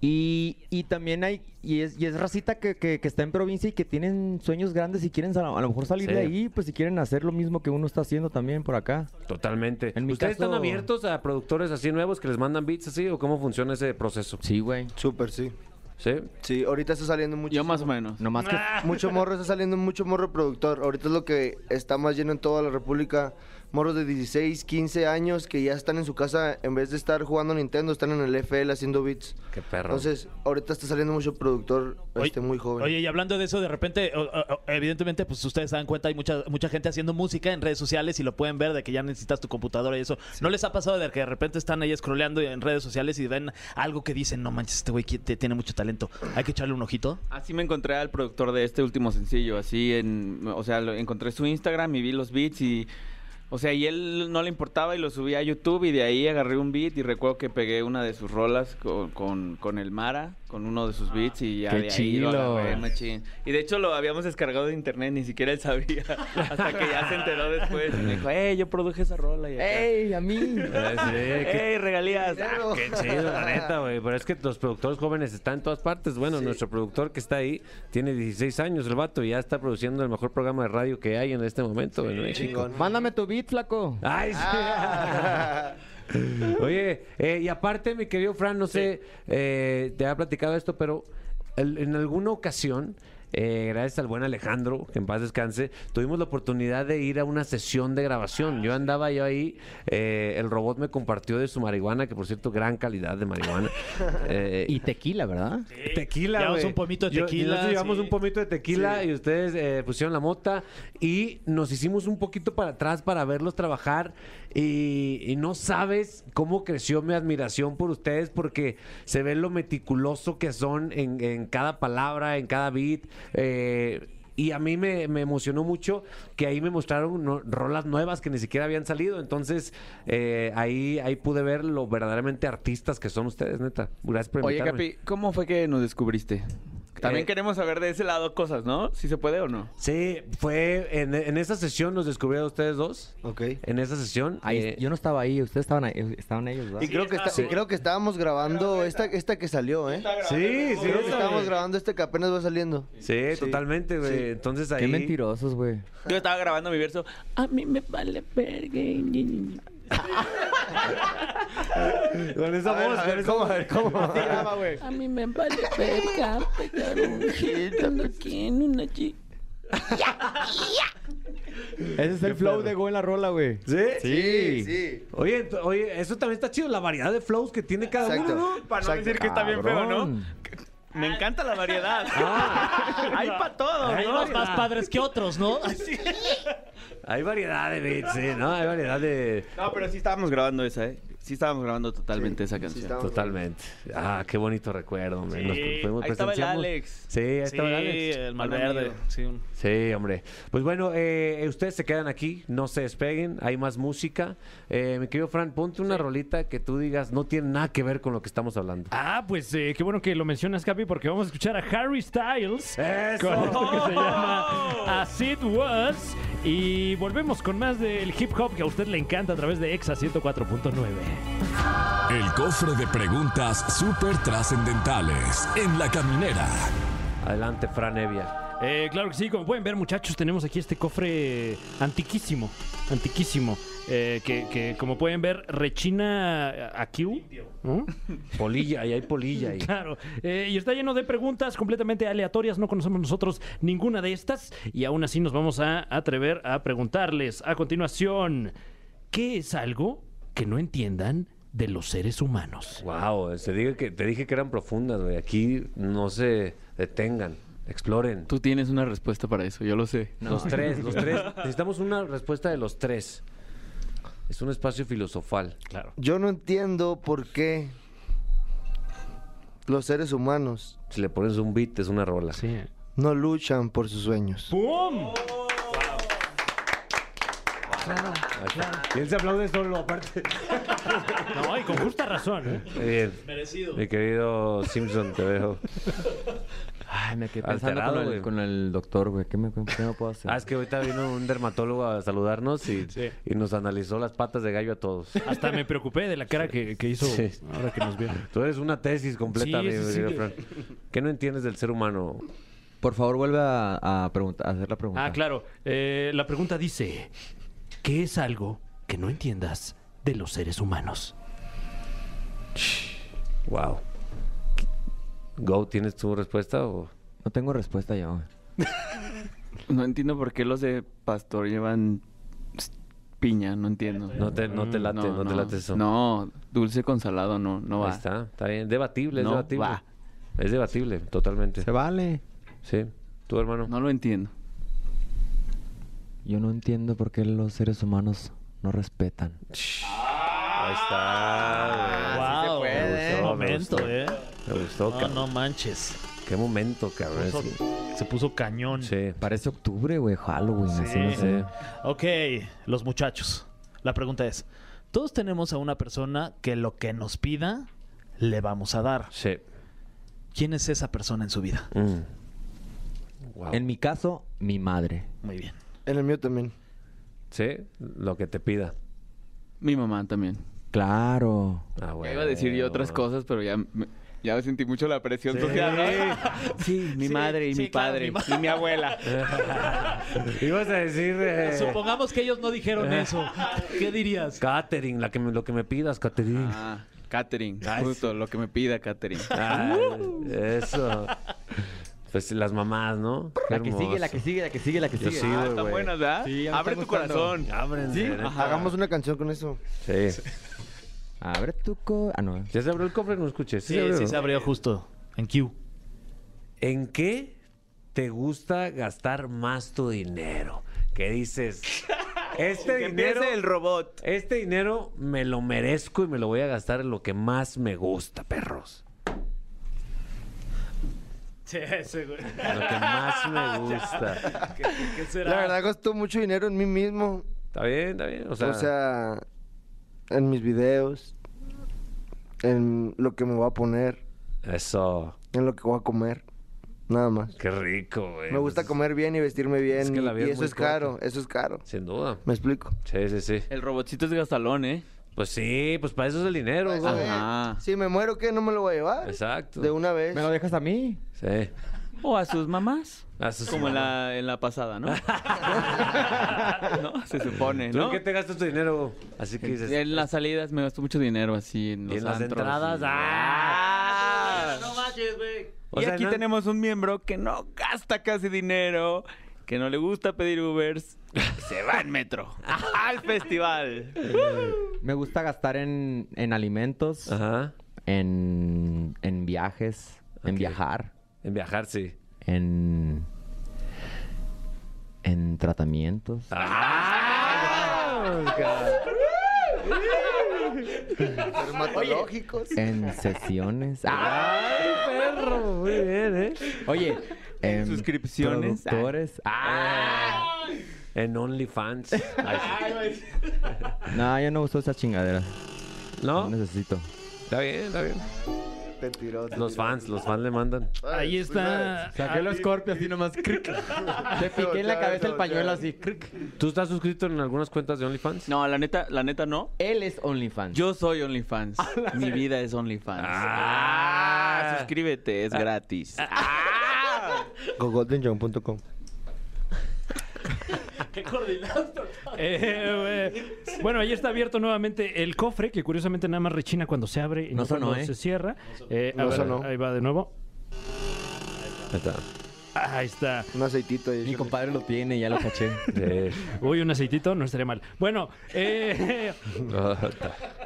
[SPEAKER 14] Y, y también hay, y es, y es racita que, que- que está en provincia y que tienen sueños grandes y quieren sal- a lo mejor salir
[SPEAKER 2] Sí.
[SPEAKER 14] de ahí, pues si quieren hacer lo mismo que uno está haciendo también por acá.
[SPEAKER 2] Totalmente.
[SPEAKER 14] En mi
[SPEAKER 2] ¿Ustedes
[SPEAKER 14] caso-
[SPEAKER 2] están abiertos a productores así nuevos que les mandan beats así o cómo funciona ese proceso?
[SPEAKER 14] Sí, güey.
[SPEAKER 12] Súper, sí.
[SPEAKER 2] ¿Sí?
[SPEAKER 12] Sí, ahorita está saliendo mucho.
[SPEAKER 13] Yo más o menos.
[SPEAKER 14] Nomás que
[SPEAKER 12] Mucho morro está saliendo, mucho morro productor. Ahorita es lo que está más lleno en toda la República. Morros de 16, 15 años que ya están en su casa, en vez de estar jugando Nintendo, están en el FL haciendo beats.
[SPEAKER 2] Qué perro.
[SPEAKER 12] Entonces, ahorita está saliendo mucho productor este, muy joven.
[SPEAKER 3] Oye, y hablando de eso, de repente, o- o- o- evidentemente, pues ustedes se dan cuenta, hay mucha, mucha gente haciendo música en redes sociales y lo pueden ver de que ya necesitas tu computadora y eso. ¿No les ha pasado de que de repente están ahí scrolleando en redes sociales y ven algo que dicen, no manches, este güey qui- te- tiene mucho talento, hay que echarle un ojito?
[SPEAKER 13] Así me encontré al productor de este último sencillo, así en, o sea, lo- encontré su Instagram y vi los beats y, o sea, y él no le importaba y lo subí a YouTube y de ahí agarré un beat y recuerdo que pegué una de sus rolas con, con, con el Mara, con uno de sus beats y ya
[SPEAKER 14] Qué
[SPEAKER 13] de ahí lo
[SPEAKER 14] chilo.
[SPEAKER 13] agarré, machín. Y de hecho lo habíamos descargado de internet, ni siquiera él sabía, hasta que ya se enteró después y me dijo, ¡Ey, yo produje esa rola! Y acá,
[SPEAKER 14] ¡Ey, a mí!
[SPEAKER 13] ¡Ey, regalías! Ah,
[SPEAKER 2] Qué chido, la neta, güey. Pero es que los productores jóvenes están en todas partes. Bueno, nuestro productor que está ahí tiene 16 años, el vato, y ya está produciendo el mejor programa de radio que hay en este momento en México.
[SPEAKER 12] Chingón.
[SPEAKER 14] Mándame tu beat, flaco.
[SPEAKER 2] Ay, sí. Ah. Oye, eh, y aparte, mi querido Fran, no sé, eh, te había platicado esto, pero el- en alguna ocasión, eh, gracias al buen Alejandro, que en paz descanse, tuvimos la oportunidad de ir a una sesión de grabación. Yo andaba yo ahí, eh, el robot me compartió de su marihuana, que por cierto, gran calidad de marihuana. Eh,
[SPEAKER 14] Y tequila, ¿verdad?
[SPEAKER 2] Tequila,
[SPEAKER 3] Llevamos
[SPEAKER 2] güey.
[SPEAKER 3] un pomito de
[SPEAKER 2] Yo-
[SPEAKER 3] tequila,
[SPEAKER 2] nosotros llevamos
[SPEAKER 3] sí.
[SPEAKER 2] un pomito de tequila y ustedes eh, pusieron la mota y nos hicimos un poquito para atrás para verlos trabajar y, y no sabes cómo creció mi admiración por ustedes porque se ve lo meticuloso que son en, en cada palabra, en cada beat. eh, y a mí me, me emocionó mucho que ahí me mostraron no- rolas nuevas que ni siquiera habían salido. Entonces, eh, ahí, ahí pude ver lo verdaderamente artistas que son ustedes, neta. Gracias por
[SPEAKER 13] Oye,
[SPEAKER 2] invitarme.
[SPEAKER 13] Capi, ¿cómo fue que nos descubriste? También
[SPEAKER 2] Eh,
[SPEAKER 13] queremos saber de ese lado cosas, ¿no? Si se puede o no.
[SPEAKER 2] Sí, fue en, en esa sesión los descubrí a ustedes dos.
[SPEAKER 12] Ok.
[SPEAKER 2] En esa sesión.
[SPEAKER 14] Ahí,
[SPEAKER 2] eh,
[SPEAKER 14] yo no estaba ahí, ustedes estaban ahí, estaban ellos, ¿verdad?
[SPEAKER 12] Y creo que, está- y creo que estábamos grabando esta, esta que salió, ¿eh?
[SPEAKER 2] sí, sí,
[SPEAKER 12] Creo que
[SPEAKER 2] sí,
[SPEAKER 12] estábamos grabando esta que apenas va saliendo.
[SPEAKER 2] sí, totalmente, güey. Entonces ahí.
[SPEAKER 14] Qué mentirosos, güey.
[SPEAKER 13] Yo estaba grabando mi verso. A mí me vale verga.
[SPEAKER 2] Con esa
[SPEAKER 12] A ver,
[SPEAKER 2] voz,
[SPEAKER 12] a
[SPEAKER 2] con
[SPEAKER 12] ver,
[SPEAKER 2] esa
[SPEAKER 12] ¿cómo?
[SPEAKER 2] voz.
[SPEAKER 12] A ver, ¿cómo?
[SPEAKER 13] A mí me vale verga pegar un hit aquí en una chica.
[SPEAKER 14] Ese es el flow de Go en la rola, güey.
[SPEAKER 2] ¿Sí?
[SPEAKER 14] Sí.
[SPEAKER 12] Sí.
[SPEAKER 2] Oye, ent- oye, eso también está chido, la variedad de flows que tiene cada
[SPEAKER 12] Exacto.
[SPEAKER 2] uno, ¿no?
[SPEAKER 13] Para no
[SPEAKER 12] Exacto.
[SPEAKER 13] decir que está bien feo, ¿no?
[SPEAKER 14] Cabrón.
[SPEAKER 13] Me encanta la variedad. Hay para todo,
[SPEAKER 3] Hay
[SPEAKER 13] ¿no?
[SPEAKER 3] unos más padres que otros, ¿no?
[SPEAKER 2] Hay variedad de beats, sí, ¿no? Hay variedad de.
[SPEAKER 13] No, pero sí estábamos grabando esa, ¿eh? Sí estábamos grabando totalmente esa canción.
[SPEAKER 2] Totalmente. Ah, qué bonito recuerdo, hombre. Nos fuimos-
[SPEAKER 13] Ahí estaba el
[SPEAKER 2] presenciamos-
[SPEAKER 13] Alex.
[SPEAKER 2] Sí, ahí
[SPEAKER 3] Sí,
[SPEAKER 2] estaba el Alex.
[SPEAKER 3] el Malverde. Sí, un-
[SPEAKER 2] Sí, hombre. Pues bueno, eh, ustedes se quedan aquí, no se despeguen, hay más música. Eh, mi querido Fran, ponte una rolita que tú digas no tiene nada que ver con lo que estamos hablando.
[SPEAKER 15] Ah, pues eh, qué bueno que lo mencionas, Capi, porque vamos a escuchar a Harry Styles con esto que se llama As It Was. Y volvemos con más del hip hop que a usted le encanta a través de Exa 104.9.
[SPEAKER 1] El cofre de preguntas súper trascendentales en La Caminera.
[SPEAKER 2] Adelante, Fran Evia.
[SPEAKER 4] Eh, claro que sí, como pueden ver muchachos, tenemos aquí este cofre antiquísimo, antiquísimo, eh, que, que, como pueden ver rechina aquí.
[SPEAKER 2] Polilla, ahí hay polilla. Ahí.
[SPEAKER 4] Claro, eh, y está lleno de preguntas completamente aleatorias, no conocemos nosotros ninguna de estas, y aún así nos vamos a atrever a preguntarles a continuación, ¿qué es algo que no entiendan de los seres humanos?
[SPEAKER 2] Wow, se dije que, te dije que eran profundas, güey. Aquí no se detengan, exploren.
[SPEAKER 13] Tú tienes una respuesta para eso, yo lo sé.
[SPEAKER 2] Los tres, los tres. Necesitamos una respuesta de los tres. Es un espacio filosofal. Claro.
[SPEAKER 12] Yo no entiendo por qué los seres humanos
[SPEAKER 2] Si le pones un beat, es una rola.
[SPEAKER 4] Sí.
[SPEAKER 12] no luchan por sus sueños.
[SPEAKER 4] ¡Pum!
[SPEAKER 2] Y él se aplaude solo, aparte.
[SPEAKER 4] No, y con justa razón. ¿eh?
[SPEAKER 2] Muy bien.
[SPEAKER 3] Merecido.
[SPEAKER 2] Mi querido Simpson, te veo.
[SPEAKER 14] Ay, me quedé pensando
[SPEAKER 2] Alterado,
[SPEAKER 14] con
[SPEAKER 2] güey.
[SPEAKER 14] el, con el doctor, güey. ¿Qué me, qué me puedo hacer?
[SPEAKER 2] Ah, es que ahorita vino un dermatólogo a saludarnos y,
[SPEAKER 4] Sí.
[SPEAKER 2] y nos analizó las patas de gallo a todos.
[SPEAKER 4] Hasta me preocupé de la cara que, que hizo
[SPEAKER 2] Sí.
[SPEAKER 4] ahora que nos vio.
[SPEAKER 2] Tú eres una tesis completa,
[SPEAKER 4] Sí,
[SPEAKER 2] mi
[SPEAKER 4] sí, sí.
[SPEAKER 2] querido Fran. ¿Qué no entiendes del ser humano?
[SPEAKER 14] Por favor, vuelve a, a pregunta- a hacer la pregunta.
[SPEAKER 4] Ah, claro. Eh, la pregunta dice, ¿qué es algo que no entiendas de los seres humanos?
[SPEAKER 2] Wow. Go, ¿tienes tu respuesta o...?
[SPEAKER 14] No tengo respuesta ya, güey.
[SPEAKER 13] No entiendo por qué los de pastor llevan s- piña, no entiendo.
[SPEAKER 2] No te, no te late, no, te late eso.
[SPEAKER 13] No, dulce con salado no, no
[SPEAKER 2] Ahí
[SPEAKER 13] va.
[SPEAKER 2] está, está bien. Debatible, es
[SPEAKER 13] No
[SPEAKER 2] debatible.
[SPEAKER 13] va.
[SPEAKER 2] Es debatible, totalmente.
[SPEAKER 14] Se vale.
[SPEAKER 2] Sí. ¿Tu hermano?
[SPEAKER 13] No lo entiendo.
[SPEAKER 14] Yo no entiendo por qué los seres humanos no respetan.
[SPEAKER 2] Ahí está.
[SPEAKER 13] Ah,
[SPEAKER 14] sí se
[SPEAKER 3] Wow,
[SPEAKER 14] puede,
[SPEAKER 3] qué
[SPEAKER 14] eh.
[SPEAKER 3] momento,
[SPEAKER 2] Me gustó.
[SPEAKER 3] eh.
[SPEAKER 2] güey. Me gustó,
[SPEAKER 3] No,
[SPEAKER 2] cabrón.
[SPEAKER 3] no manches.
[SPEAKER 2] Qué momento, cabrón.
[SPEAKER 3] Puso-
[SPEAKER 2] Sí.
[SPEAKER 3] se puso cañón.
[SPEAKER 2] Sí.
[SPEAKER 14] Parece octubre, güey. Halloween. así, no
[SPEAKER 3] Sí.
[SPEAKER 14] sé.
[SPEAKER 3] Ok, los muchachos. La pregunta es: todos tenemos a una persona que lo que nos pida le vamos a dar.
[SPEAKER 2] Sí.
[SPEAKER 3] ¿Quién es esa persona en su vida?
[SPEAKER 2] Mm. Wow.
[SPEAKER 14] En mi caso, mi madre.
[SPEAKER 3] Muy bien.
[SPEAKER 12] En el mío también.
[SPEAKER 2] Sí, lo que te pida.
[SPEAKER 13] Mi mamá también.
[SPEAKER 14] Claro.
[SPEAKER 2] Ah,
[SPEAKER 13] Ya
[SPEAKER 2] güey.
[SPEAKER 13] iba a decir yo otras cosas, pero ya, me- ya sentí mucho la presión social. ¿no? Sí, mi
[SPEAKER 3] Sí,
[SPEAKER 13] madre y
[SPEAKER 3] sí,
[SPEAKER 13] mi
[SPEAKER 3] claro,
[SPEAKER 13] padre
[SPEAKER 3] mi ma-
[SPEAKER 13] y mi abuela.
[SPEAKER 2] Ibas a decir. eh,
[SPEAKER 3] Supongamos que ellos no dijeron eso. ¿Qué dirías?
[SPEAKER 2] Catering, la que me- lo que me pidas, Catering.
[SPEAKER 13] Ah, catering,
[SPEAKER 2] Ay,
[SPEAKER 13] justo lo que me pida catering.
[SPEAKER 2] Ah, eso. Pues las mamás, ¿no? Qué
[SPEAKER 14] La que sigue, la
[SPEAKER 2] hermoso.
[SPEAKER 14] que sigue, la que sigue, la que
[SPEAKER 2] Yo
[SPEAKER 14] sigue.
[SPEAKER 2] sigo,
[SPEAKER 13] Ah, están
[SPEAKER 2] güey.
[SPEAKER 13] buenas, ¿verdad?
[SPEAKER 14] Sí, ya me
[SPEAKER 13] Abre
[SPEAKER 14] está
[SPEAKER 13] tu
[SPEAKER 14] gustando.
[SPEAKER 13] corazón.
[SPEAKER 2] Ábrense,
[SPEAKER 13] Sí,
[SPEAKER 2] neta.
[SPEAKER 12] Hagamos una canción con eso.
[SPEAKER 2] Sí.
[SPEAKER 14] Abre tu co... Ah, no.
[SPEAKER 2] ¿Ya se abrió el cofre? No escuché.
[SPEAKER 3] Sí,
[SPEAKER 2] se abrió,
[SPEAKER 3] sí,
[SPEAKER 2] ¿no?
[SPEAKER 3] se abrió justo en Q.
[SPEAKER 2] ¿En qué te gusta gastar más tu dinero? ¿Qué dices? Este
[SPEAKER 13] Que
[SPEAKER 2] dinero,
[SPEAKER 13] empiece el robot.
[SPEAKER 2] este dinero me lo merezco y me lo voy a gastar en lo que más me gusta, perros.
[SPEAKER 3] Sí, güey.
[SPEAKER 2] Lo que más me gusta.
[SPEAKER 3] ¿Qué será?
[SPEAKER 12] La verdad gastó mucho dinero en mí mismo.
[SPEAKER 2] Está bien, está bien. O
[SPEAKER 12] O sea,
[SPEAKER 2] sea,
[SPEAKER 12] en mis videos, en lo que me voy a poner,
[SPEAKER 2] eso.
[SPEAKER 12] en lo que voy a comer. Nada más.
[SPEAKER 2] Qué rico, güey.
[SPEAKER 12] Me gusta comer bien y vestirme bien.
[SPEAKER 2] Pues, es que la
[SPEAKER 12] y-
[SPEAKER 2] vida
[SPEAKER 12] y
[SPEAKER 2] es
[SPEAKER 12] eso
[SPEAKER 2] muy
[SPEAKER 12] es caro,
[SPEAKER 2] corta.
[SPEAKER 12] eso es caro.
[SPEAKER 2] Sin duda.
[SPEAKER 12] ¿Me explico?
[SPEAKER 2] Ah. Sí, sí, sí.
[SPEAKER 13] El robotcito es gastalón, ¿eh?
[SPEAKER 2] Pues sí, pues para eso es el dinero,
[SPEAKER 12] Eso,
[SPEAKER 2] güey.
[SPEAKER 12] eh,
[SPEAKER 13] Ajá.
[SPEAKER 12] Si me muero, ¿qué? ¿No me lo voy a llevar?
[SPEAKER 2] Exacto.
[SPEAKER 12] De una vez.
[SPEAKER 14] ¿Me lo dejas a mí?
[SPEAKER 2] Sí.
[SPEAKER 13] O a sus mamás.
[SPEAKER 2] A sus
[SPEAKER 13] Como en
[SPEAKER 2] mamás.
[SPEAKER 13] la, en la pasada, ¿no? ¿No? Se supone,
[SPEAKER 2] ¿Tú
[SPEAKER 13] ¿no?
[SPEAKER 2] en qué te gastas tu dinero? Así que dices.
[SPEAKER 13] En las salidas me gastó mucho dinero así. En
[SPEAKER 2] Y
[SPEAKER 13] los
[SPEAKER 2] en las
[SPEAKER 13] antros,
[SPEAKER 2] entradas.
[SPEAKER 13] y-
[SPEAKER 2] ¡ah!
[SPEAKER 3] No manches, güey.
[SPEAKER 2] O
[SPEAKER 13] y
[SPEAKER 2] sea,
[SPEAKER 13] aquí
[SPEAKER 2] no-
[SPEAKER 13] tenemos un miembro que no gasta casi dinero, que no le gusta pedir Ubers, se va en metro al festival.
[SPEAKER 14] Me gusta gastar en, en alimentos,
[SPEAKER 2] Ajá.
[SPEAKER 14] en, en viajes, en
[SPEAKER 2] Ok.
[SPEAKER 14] viajar,
[SPEAKER 2] En viajar, sí.
[SPEAKER 14] en, en tratamientos.
[SPEAKER 2] ¡Ah!
[SPEAKER 12] Dermatológicos.
[SPEAKER 14] En sesiones. Ah,
[SPEAKER 2] ¡Ay, perro! Muy bien, ¿eh?
[SPEAKER 14] Oye, en
[SPEAKER 13] suscripciones.
[SPEAKER 14] productores. Ah.
[SPEAKER 2] En OnlyFans. Ay, sí.
[SPEAKER 14] No, yo no uso esa chingadera. No
[SPEAKER 2] ¿No?
[SPEAKER 14] necesito.
[SPEAKER 2] Está bien, está bien.
[SPEAKER 12] Te tiró, te
[SPEAKER 2] Los
[SPEAKER 12] tiró.
[SPEAKER 2] fans, los fans le mandan.
[SPEAKER 4] Ahí está.
[SPEAKER 14] Saqué los Scorpio así nomás. Cric. Le piqué en la cabeza el pañuelo así. Cric.
[SPEAKER 2] ¿Tú estás suscrito en algunas cuentas de OnlyFans?
[SPEAKER 13] No, la neta, la neta no.
[SPEAKER 14] Él es OnlyFans.
[SPEAKER 13] Yo soy OnlyFans. Mi vida es OnlyFans.
[SPEAKER 2] Ah.
[SPEAKER 14] ah,
[SPEAKER 13] Ah, suscríbete, es gratis.
[SPEAKER 12] GoGoldenJohn.com.
[SPEAKER 3] ¿Qué coordinaste?
[SPEAKER 4] Eh, eh, bueno, ahí está abierto nuevamente el cofre, que curiosamente nada más rechina cuando se abre y
[SPEAKER 14] No
[SPEAKER 4] no,
[SPEAKER 14] sonó,
[SPEAKER 4] cuando
[SPEAKER 14] ¿eh?
[SPEAKER 4] se cierra. Eh, a
[SPEAKER 14] No
[SPEAKER 4] ver,
[SPEAKER 14] sonó.
[SPEAKER 4] Ahí va de nuevo. Ahí está. Ahí está.
[SPEAKER 12] Un aceitito.
[SPEAKER 14] Mi compadre lo tiene, ya lo caché.
[SPEAKER 4] Uy, un aceitito, no estaría mal. Bueno, eh,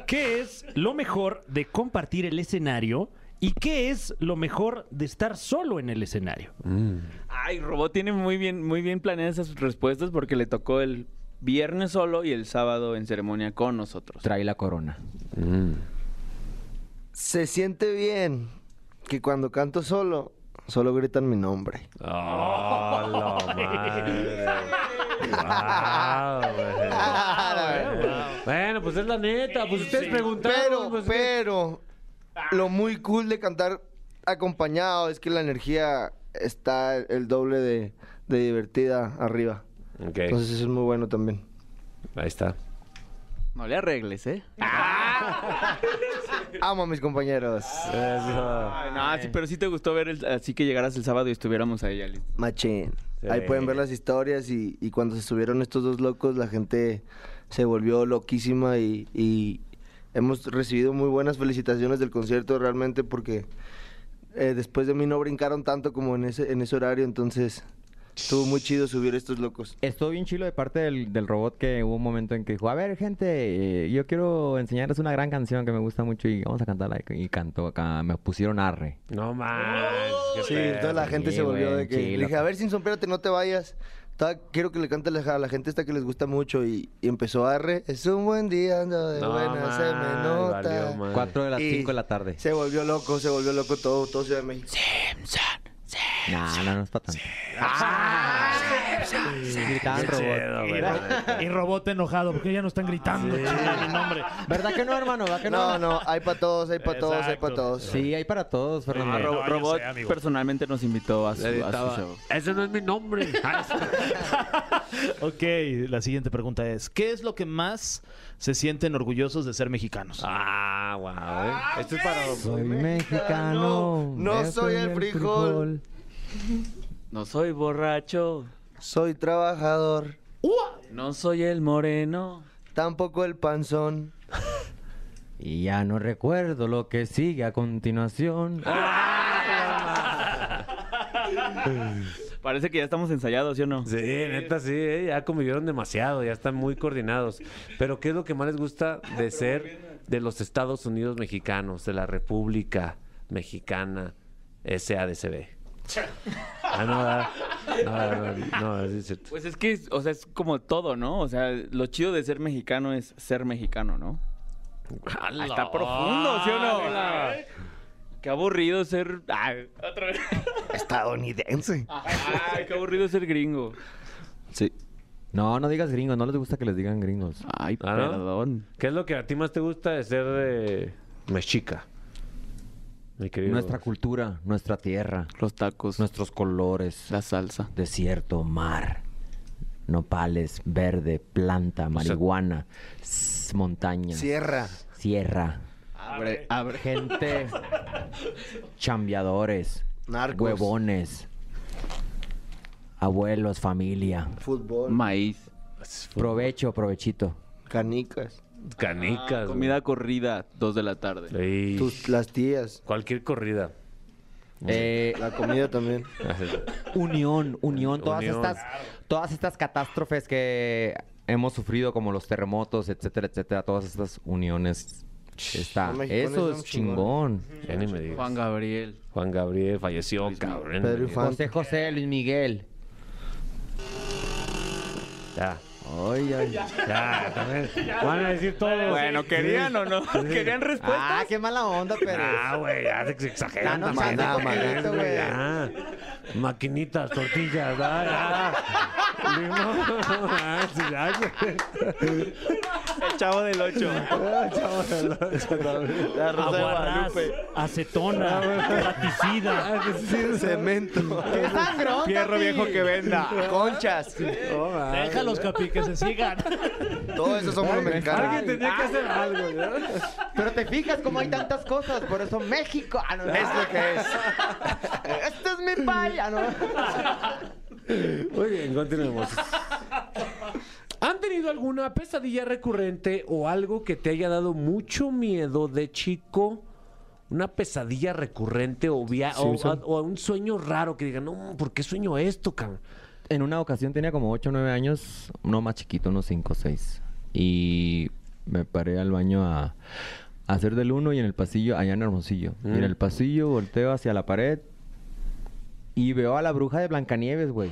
[SPEAKER 4] ¿qué es lo mejor de compartir el escenario y qué es lo mejor de estar solo en el escenario?
[SPEAKER 14] Mm. ah.
[SPEAKER 13] Ay, Robot tiene muy bien, muy bien planeadas esas respuestas porque le tocó el viernes solo y el sábado en ceremonia con nosotros.
[SPEAKER 14] Trae la corona.
[SPEAKER 2] Mm.
[SPEAKER 12] Se siente bien que cuando canto solo, solo gritan mi nombre.
[SPEAKER 6] Ah.
[SPEAKER 12] Ah,
[SPEAKER 2] Ah,
[SPEAKER 6] Bueno, pues es la neta. Pues ustedes preguntaron.
[SPEAKER 12] Pero,
[SPEAKER 6] pues,
[SPEAKER 12] pero, lo muy cool de cantar acompañado es que la energía está el doble de, de divertida arriba.
[SPEAKER 2] Ok.
[SPEAKER 12] Entonces eso es muy bueno también.
[SPEAKER 2] Ahí está.
[SPEAKER 13] No le arregles, ¿eh?
[SPEAKER 12] Amo a mis compañeros.
[SPEAKER 2] Eh.
[SPEAKER 13] Ay, no, sí, pero sí te gustó ver el- así que llegaras el sábado y estuviéramos ahí, Ali.
[SPEAKER 12] Machín.
[SPEAKER 13] Sí.
[SPEAKER 12] Ahí pueden ver las historias y, y cuando se subieron estos dos locos, la gente se volvió loquísima y, y hemos recibido muy buenas felicitaciones del concierto realmente porque eh, después de mí no brincaron tanto como en ese, en ese horario, entonces estuvo muy chido subir estos locos.
[SPEAKER 14] Estuvo bien chilo de parte del, del robot que hubo un momento en que dijo, a ver gente, eh, yo quiero enseñarles una gran canción que me gusta mucho y vamos a cantarla. Y, y cantó acá, me pusieron arre.
[SPEAKER 2] No más.
[SPEAKER 12] Sí, toda la gente
[SPEAKER 14] Sí,
[SPEAKER 12] se volvió
[SPEAKER 14] güey,
[SPEAKER 12] de que...
[SPEAKER 14] chilo.
[SPEAKER 12] le dije, a ver, Simpson, espérate, no te vayas. Ta- quiero que le cante a la gente esta que les gusta mucho y, y empezó a re. Es un buen día, ando de
[SPEAKER 14] No,
[SPEAKER 12] buena, se me
[SPEAKER 14] man,
[SPEAKER 12] nota.
[SPEAKER 14] valió, man. Cuatro de las cinco de la tarde.
[SPEAKER 12] Se volvió loco, se volvió loco todo, todo Ciudad de México. Ah,
[SPEAKER 14] No, no, no es para tanto.
[SPEAKER 4] Qué chido, güey. Y robot enojado, porque ya no están gritando. chinga mi nombre.
[SPEAKER 14] ¿Verdad que no, hermano? ¿Verdad que
[SPEAKER 12] No, no, hay para todos, hay para todos, hay para todos.
[SPEAKER 14] Sí, hay para todos, Fernando.
[SPEAKER 13] Ah, Ro-
[SPEAKER 14] No, yo
[SPEAKER 13] Robot
[SPEAKER 14] sé, amigo.
[SPEAKER 13] personalmente nos invitó a su, a su show.
[SPEAKER 6] Ese no es mi nombre.
[SPEAKER 3] Ok, la siguiente pregunta es: ¿Qué es lo que más se sienten orgullosos de ser mexicanos?
[SPEAKER 6] Ah, wow.
[SPEAKER 12] eh. Esto es para.
[SPEAKER 14] Soy mexicano.
[SPEAKER 12] No
[SPEAKER 14] yo
[SPEAKER 12] soy el frijol.
[SPEAKER 13] No soy borracho.
[SPEAKER 12] Soy trabajador.
[SPEAKER 13] No soy el moreno.
[SPEAKER 12] Tampoco el panzón.
[SPEAKER 14] Y ya no recuerdo lo que sigue a continuación.
[SPEAKER 13] Parece que ya estamos ensayados, ¿sí o no?
[SPEAKER 2] Sí, neta, sí, eh, ya convivieron demasiado, ya están muy coordinados. Pero, ¿qué es lo que más les gusta de ser de los Estados Unidos mexicanos, de la República Mexicana SADCB? Ah, no, ¿verdad? no, ¿verdad? no, no, sí es cierto.
[SPEAKER 13] Pues es que, o sea, es como todo, ¿no? O sea, lo chido de ser mexicano es ser mexicano, ¿no? Está profundo, ¿sí o no?
[SPEAKER 3] ¡Hala!
[SPEAKER 13] Qué aburrido ser... Ay, otra vez.
[SPEAKER 12] Estadounidense.
[SPEAKER 13] Ay, qué aburrido ser gringo.
[SPEAKER 14] Sí. No, no digas gringos, no les gusta que les digan gringos.
[SPEAKER 13] Ay,
[SPEAKER 2] Ah, ¿no?
[SPEAKER 13] perdón.
[SPEAKER 2] ¿Qué es lo que a ti más te gusta de ser eh, mexica? Mi querido.
[SPEAKER 14] Nuestra cultura, nuestra tierra,
[SPEAKER 13] Los tacos,
[SPEAKER 14] nuestros colores,
[SPEAKER 13] la salsa.
[SPEAKER 14] desierto, mar, nopales, verde, planta, marihuana, s- montaña,
[SPEAKER 12] Sierra.
[SPEAKER 14] sierra,
[SPEAKER 13] Abre, abre.
[SPEAKER 14] gente, chambeadores,
[SPEAKER 12] Narcos.
[SPEAKER 14] huevones, abuelos, familia.
[SPEAKER 12] Fútbol.
[SPEAKER 13] Maíz.
[SPEAKER 14] Provecho, provechito.
[SPEAKER 12] Canicas.
[SPEAKER 2] Canicas.
[SPEAKER 13] Ah, Comida corrida, dos de la tarde.
[SPEAKER 2] güey. Ey,
[SPEAKER 12] Tus, las tías.
[SPEAKER 2] Cualquier corrida.
[SPEAKER 14] Eh,
[SPEAKER 12] La comida también.
[SPEAKER 14] unión, unión, todas
[SPEAKER 2] Unión.
[SPEAKER 14] estas, todas estas catástrofes que hemos sufrido, como los terremotos, etcétera, etcétera, todas estas uniones. Está.
[SPEAKER 12] Los mexicanos
[SPEAKER 14] Eso
[SPEAKER 12] son
[SPEAKER 14] es chingón.
[SPEAKER 2] Ya ni me digas.
[SPEAKER 13] Juan Gabriel.
[SPEAKER 2] Juan Gabriel falleció, cabrón.
[SPEAKER 12] Pedro Infante.
[SPEAKER 14] José José, Luis Miguel.
[SPEAKER 2] Ya,
[SPEAKER 12] Ay, ay.
[SPEAKER 2] ya, también. Van a decir todo.
[SPEAKER 13] Bueno, ¿querían o no? ¿Querían respuesta?
[SPEAKER 14] Ah, qué mala onda, pero.
[SPEAKER 2] Ah, güey, ya se exageran
[SPEAKER 14] Ya Ah, no
[SPEAKER 2] también.
[SPEAKER 14] chanta,
[SPEAKER 2] ¿no?
[SPEAKER 14] manito, güey.
[SPEAKER 2] Ya. Maquinitas, tortillas, ah, ya. Limón, ah, sí, ya, güey.
[SPEAKER 13] El chavo del 8. La Rosa de
[SPEAKER 4] Aguarrás,
[SPEAKER 13] Guadalupe. Ah,
[SPEAKER 4] acetona, raticida.
[SPEAKER 13] Cemento.
[SPEAKER 14] sangrón,
[SPEAKER 13] Fierro viejo que venda.
[SPEAKER 14] Conchas.
[SPEAKER 3] Déjalos, Capi, que se sigan.
[SPEAKER 14] Todo eso somos los mexicanos.
[SPEAKER 13] Alguien tenía que hacer algo,
[SPEAKER 14] Pero te fijas cómo hay tantas cosas, por eso México. Ah, no, no. es lo que es. este es mi país. Ah, no.
[SPEAKER 2] Muy bien, continuemos. ¿Han tenido alguna pesadilla recurrente o algo que te haya dado mucho miedo de chico? Una pesadilla recurrente o, via-
[SPEAKER 14] Sí,
[SPEAKER 2] o,
[SPEAKER 14] Sam.
[SPEAKER 2] a- o a un sueño raro que digan, no, ¿por qué sueño esto, cabrón?
[SPEAKER 14] En una ocasión tenía como 8 o 9 años, uno más chiquito, unos 5 o 6. Y me paré al baño a, a hacer del uno y en el pasillo, allá en Hermosillo. Y en el pasillo volteo hacia la pared y veo a la bruja de Blancanieves, güey.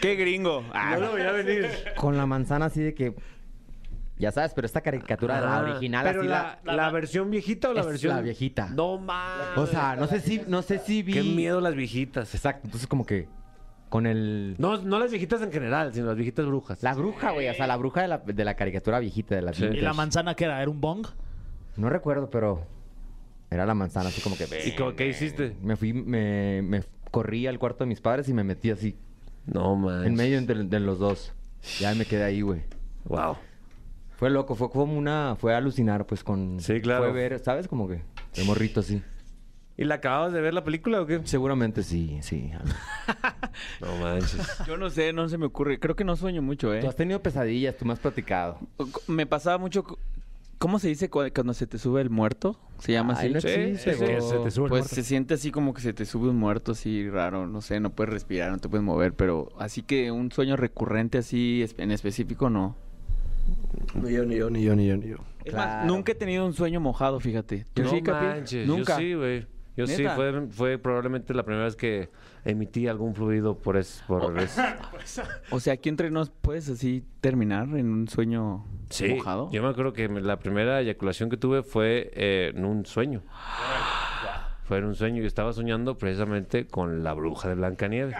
[SPEAKER 13] Qué gringo. Ah,
[SPEAKER 2] a venir.
[SPEAKER 14] Con la manzana así de que. Ya sabes, pero esta caricatura la original
[SPEAKER 2] Ah, Pero
[SPEAKER 14] así
[SPEAKER 2] la,
[SPEAKER 14] la.
[SPEAKER 2] la, versión viejita o la
[SPEAKER 14] es
[SPEAKER 2] versión.
[SPEAKER 14] la viejita.
[SPEAKER 2] No más.
[SPEAKER 14] O sea, no sé si, no sé si vi.
[SPEAKER 2] Qué miedo las viejitas.
[SPEAKER 14] Exacto. Entonces como que. Con el.
[SPEAKER 2] No, no las viejitas en general, sino las viejitas brujas.
[SPEAKER 14] La bruja, güey. O sea, la bruja de la, de la caricatura viejita de la
[SPEAKER 3] ¿Y
[SPEAKER 14] vintage.
[SPEAKER 3] la manzana qué era? ¿Era un bong?
[SPEAKER 14] No recuerdo, pero. Era la manzana, así como que.
[SPEAKER 2] ¿Y cómo- qué hiciste?
[SPEAKER 14] Me fui, me, me corrí al cuarto de mis padres y me metí así,
[SPEAKER 2] No más.
[SPEAKER 14] en medio entre- de los dos. Ya me quedé ahí, güey.
[SPEAKER 2] Wow.
[SPEAKER 14] Fue loco, fue como una. Fue alucinar, pues con.
[SPEAKER 2] Sí, claro.
[SPEAKER 14] Fue ver, ¿sabes? Como que. De morrito, sí.
[SPEAKER 2] ¿Y la acababas de ver la película o qué?
[SPEAKER 14] Seguramente sí, sí.
[SPEAKER 2] No manches.
[SPEAKER 13] Yo no sé, no se me ocurre. Creo que no sueño mucho,
[SPEAKER 14] Tú
[SPEAKER 13] ¿eh?
[SPEAKER 14] has tenido pesadillas, tú me has platicado.
[SPEAKER 13] Me pasaba mucho. cu- ¿Cómo se dice cu- cuando se te sube el muerto? ¿Se llama así?
[SPEAKER 14] Ay, no existe,
[SPEAKER 4] sí,
[SPEAKER 14] güey.
[SPEAKER 4] sí, se te sube. el
[SPEAKER 13] Pues
[SPEAKER 4] muerto.
[SPEAKER 13] se siente así como que se te sube un muerto así raro, no sé, no puedes respirar, no te puedes mover, pero así que un sueño recurrente así es- en específico no.
[SPEAKER 12] Ni yo, ni yo, ni yo, ni yo, ni yo.
[SPEAKER 13] Es más,
[SPEAKER 14] Claro.
[SPEAKER 13] nunca he tenido un sueño mojado, fíjate. ¿Tú
[SPEAKER 2] no
[SPEAKER 13] sí, Capi?
[SPEAKER 2] manches,
[SPEAKER 13] Nunca.
[SPEAKER 2] yo sí, güey. Yo sí,
[SPEAKER 13] ¿Neta?
[SPEAKER 2] fue, fue probablemente la primera vez que emití algún fluido por es, por es-
[SPEAKER 13] O sea, aquí entre nos puedes así terminar en un sueño
[SPEAKER 2] Sí,
[SPEAKER 13] mojado.
[SPEAKER 2] yo me acuerdo que me- la primera eyaculación que tuve fue eh, en un sueño. Fue en un sueño y estaba soñando precisamente con la bruja de Blancanieves.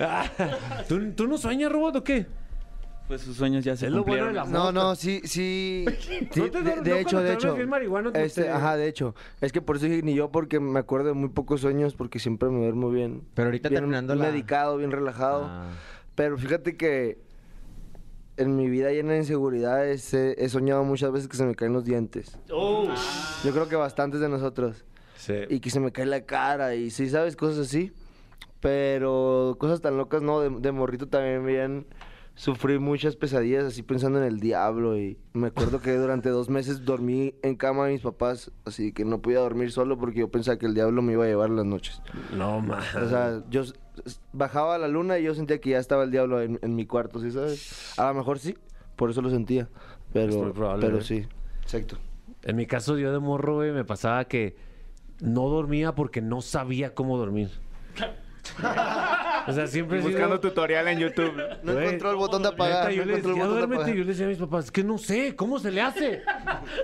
[SPEAKER 2] Ah, ¿Tú, tú no sueñas, robot, o qué?
[SPEAKER 13] Pues sus sueños ya se
[SPEAKER 2] Es lo bueno de
[SPEAKER 13] cumplieron.
[SPEAKER 2] la
[SPEAKER 12] No,
[SPEAKER 2] mota.
[SPEAKER 12] no, sí, sí. sí,
[SPEAKER 2] No te-
[SPEAKER 12] de, de
[SPEAKER 2] no, no, cuando
[SPEAKER 12] hecho,
[SPEAKER 2] te
[SPEAKER 12] de
[SPEAKER 2] hablas
[SPEAKER 12] hecho.
[SPEAKER 2] bien marihuano, tú
[SPEAKER 12] este,
[SPEAKER 2] te-
[SPEAKER 12] Ajá, de hecho. Es que por eso dije ni yo, porque me acuerdo de muy pocos sueños, porque siempre me duermo bien.
[SPEAKER 14] Pero ahorita
[SPEAKER 12] bien
[SPEAKER 14] terminando la-
[SPEAKER 12] medicado, bien relajado.
[SPEAKER 14] Ah.
[SPEAKER 12] Pero fíjate que en mi vida llena de inseguridades he, he soñado muchas veces que se me caen los dientes.
[SPEAKER 13] Oh,
[SPEAKER 12] Yo creo que bastantes de nosotros.
[SPEAKER 2] Sí.
[SPEAKER 12] Y que se me cae la cara y sí, ¿sabes? Cosas así. Pero cosas tan locas, no. De, de morrito también bien sufrí muchas pesadillas así pensando en el diablo. Y me acuerdo que durante dos meses dormí en cama de mis papás. Así que no podía dormir solo porque yo pensaba que el diablo me iba a llevar las noches.
[SPEAKER 2] No, man.
[SPEAKER 12] O sea, yo s- s- bajaba a la luna y yo sentía que ya estaba el diablo en, en mi cuarto, ¿sí sabes? A lo mejor sí, por eso lo sentía. Pero,
[SPEAKER 2] Es muy probable,
[SPEAKER 12] pero
[SPEAKER 2] ¿eh?
[SPEAKER 12] sí, exacto.
[SPEAKER 2] En mi caso, yo de morro, güey, me pasaba que no dormía porque no sabía cómo dormir. O sea, siempre he sido-
[SPEAKER 13] Buscando tutorial en YouTube.
[SPEAKER 12] No
[SPEAKER 2] Güey,
[SPEAKER 12] encontró el botón de
[SPEAKER 2] Neta,
[SPEAKER 12] apagar.
[SPEAKER 2] yo
[SPEAKER 12] no
[SPEAKER 2] le
[SPEAKER 12] encontró el
[SPEAKER 2] decía,
[SPEAKER 12] botón de
[SPEAKER 2] "Duérmete", y
[SPEAKER 12] apagar.
[SPEAKER 2] yo le decía a mis papás, "Es que no sé, ¿cómo se le hace?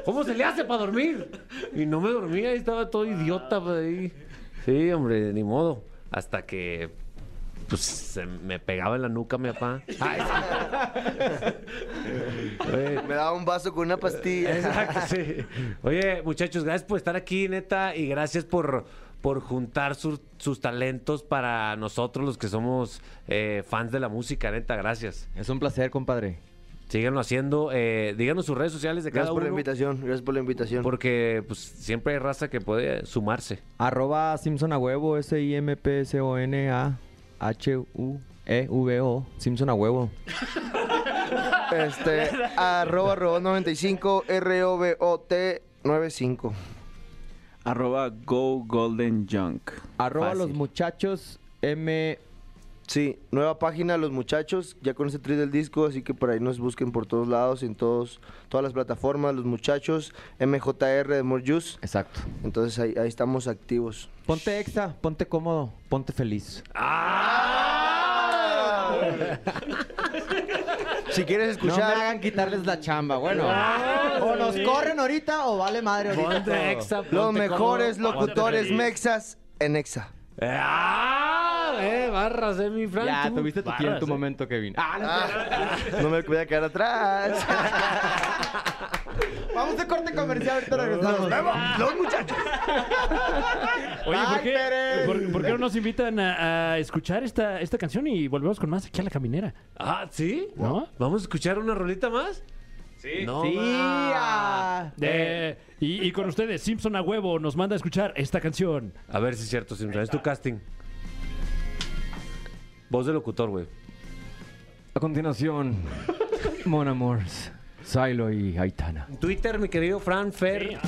[SPEAKER 2] ¿Cómo se le hace para dormir? Y no me dormía, y estaba todo idiota por ahí. Ah. Sí, hombre, ni modo. Hasta que pues se me pegaba en la nuca mi papá. Ay, sí. Güey,
[SPEAKER 12] Me daba un vaso con una pastilla.
[SPEAKER 2] Eh, Exacto, sí. Oye, muchachos, gracias por estar aquí, neta, y gracias por, por juntar sus, sus talentos para nosotros, los que somos eh, fans de la música, neta, gracias.
[SPEAKER 14] Es un placer, compadre.
[SPEAKER 2] Síganlo haciendo, eh, díganos sus redes sociales de cada
[SPEAKER 12] Gracias por la
[SPEAKER 2] uno,
[SPEAKER 12] invitación, gracias por la invitación.
[SPEAKER 2] Porque pues, siempre hay raza que puede sumarse.
[SPEAKER 14] Arroba Simpson a huevo, S-I-M-P-S-O-N-A-H-U-E-V-O, E Simpson a huevo.
[SPEAKER 12] Este, arroba robot 95, R-O-B-O-T 95.
[SPEAKER 13] Arroba Go Golden Junk.
[SPEAKER 14] Arroba
[SPEAKER 2] Fácil.
[SPEAKER 14] los muchachos M.
[SPEAKER 12] Sí, nueva página, los muchachos, ya con ese tri del disco, así que por ahí nos busquen por todos lados, en todos, todas las plataformas, los muchachos, MJR de More Juice.
[SPEAKER 14] Exacto.
[SPEAKER 12] Entonces ahí, ahí estamos activos.
[SPEAKER 14] Ponte exa, ponte cómodo, ponte feliz.
[SPEAKER 2] Ah,
[SPEAKER 12] Si quieres
[SPEAKER 14] No me
[SPEAKER 12] escuchar,
[SPEAKER 14] hagan quitarles la chamba, bueno. Ah, o nos corren ahorita o vale madre ahorita. todo.
[SPEAKER 2] Exa,
[SPEAKER 12] los
[SPEAKER 2] ponte
[SPEAKER 12] mejores
[SPEAKER 2] cómodo, ponte
[SPEAKER 12] locutores
[SPEAKER 2] feliz.
[SPEAKER 12] mexas en Exa.
[SPEAKER 2] ¡Ah! eh, barras, eh, mi Fran.
[SPEAKER 14] Ya,
[SPEAKER 2] tú.
[SPEAKER 14] tuviste tu,
[SPEAKER 2] Barras,
[SPEAKER 14] tu
[SPEAKER 2] eh.
[SPEAKER 14] momento, Kevin. Ah, no,
[SPEAKER 6] No me voy a quedar atrás.
[SPEAKER 2] Ah,
[SPEAKER 6] Vamos de corte comercial, ahorita regresamos.
[SPEAKER 14] ¡Los muchachos!
[SPEAKER 4] Oye, ¿por
[SPEAKER 14] Ay,
[SPEAKER 4] qué, por- por qué no nos invitan a, a escuchar esta, esta canción y volvemos con más aquí a la caminera?
[SPEAKER 2] Ah, ¿sí?
[SPEAKER 4] ¿No?
[SPEAKER 2] ¿Vamos a escuchar una rolita más? Sí. No,
[SPEAKER 4] Sí,
[SPEAKER 2] ma.
[SPEAKER 12] ah.
[SPEAKER 4] Eh, y, y con ustedes, Simpson a huevo nos manda a escuchar esta canción.
[SPEAKER 2] A ver si es cierto, Simpson. Es tu casting. Voz de locutor, güey.
[SPEAKER 14] A continuación, Mon Amors, Silo y Aitana.
[SPEAKER 2] Twitter, mi querido Fran Fer.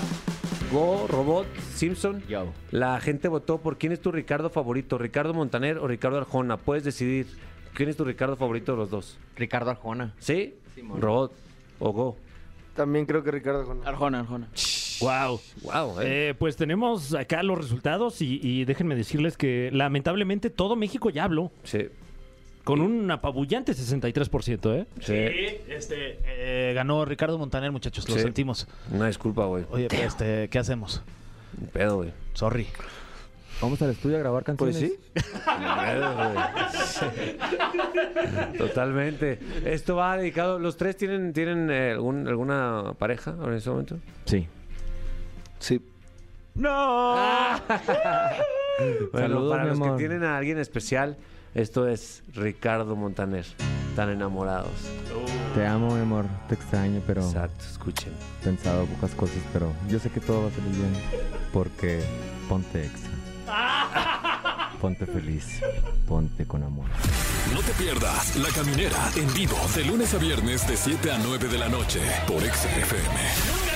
[SPEAKER 2] Go, Robot, Simpson. La gente votó por quién es tu Ricardo favorito, Ricardo Montaner o Ricardo Arjona. Puedes decidir quién es tu Ricardo favorito de los dos.
[SPEAKER 14] Ricardo Arjona.
[SPEAKER 2] ¿Sí? Robot o Go.
[SPEAKER 6] También creo que Ricardo Arjona.
[SPEAKER 12] Arjona, Arjona.
[SPEAKER 4] Wow.
[SPEAKER 2] Wow,
[SPEAKER 4] Eh, pues tenemos acá los resultados y, y déjenme decirles que lamentablemente todo México ya habló.
[SPEAKER 2] Sí.
[SPEAKER 4] Con un apabullante 63%, ¿eh?
[SPEAKER 3] este, eh, ganó Ricardo Montaner, muchachos, lo
[SPEAKER 2] Sí.
[SPEAKER 3] sentimos.
[SPEAKER 2] Una disculpa, güey.
[SPEAKER 3] Oye, pero, este, ¿qué hacemos?
[SPEAKER 2] Un pedo, güey.
[SPEAKER 3] Sorry.
[SPEAKER 14] Vamos al estudio a grabar
[SPEAKER 12] Pues
[SPEAKER 14] canciones.
[SPEAKER 2] Pues Totalmente. Esto va dedicado. ¿Los tres tienen, tienen eh, algún- alguna pareja ahora en este momento?
[SPEAKER 14] Sí.
[SPEAKER 6] Sí.
[SPEAKER 3] No.
[SPEAKER 2] Bueno,
[SPEAKER 14] Saludos,
[SPEAKER 2] para
[SPEAKER 14] mi
[SPEAKER 2] los que
[SPEAKER 14] amor.
[SPEAKER 2] tienen a alguien especial, esto es Ricardo Montaner. Tan enamorados.
[SPEAKER 14] Te amo, mi amor. Te extraño, pero
[SPEAKER 2] Exacto, escuchen.
[SPEAKER 14] he pensado pocas cosas, pero yo sé que todo va a salir bien. Porque ponte extra. Ponte feliz. Ponte con amor.
[SPEAKER 1] No te pierdas La Caminera en vivo de lunes a viernes de 7 a 9 de la noche por Exa FM.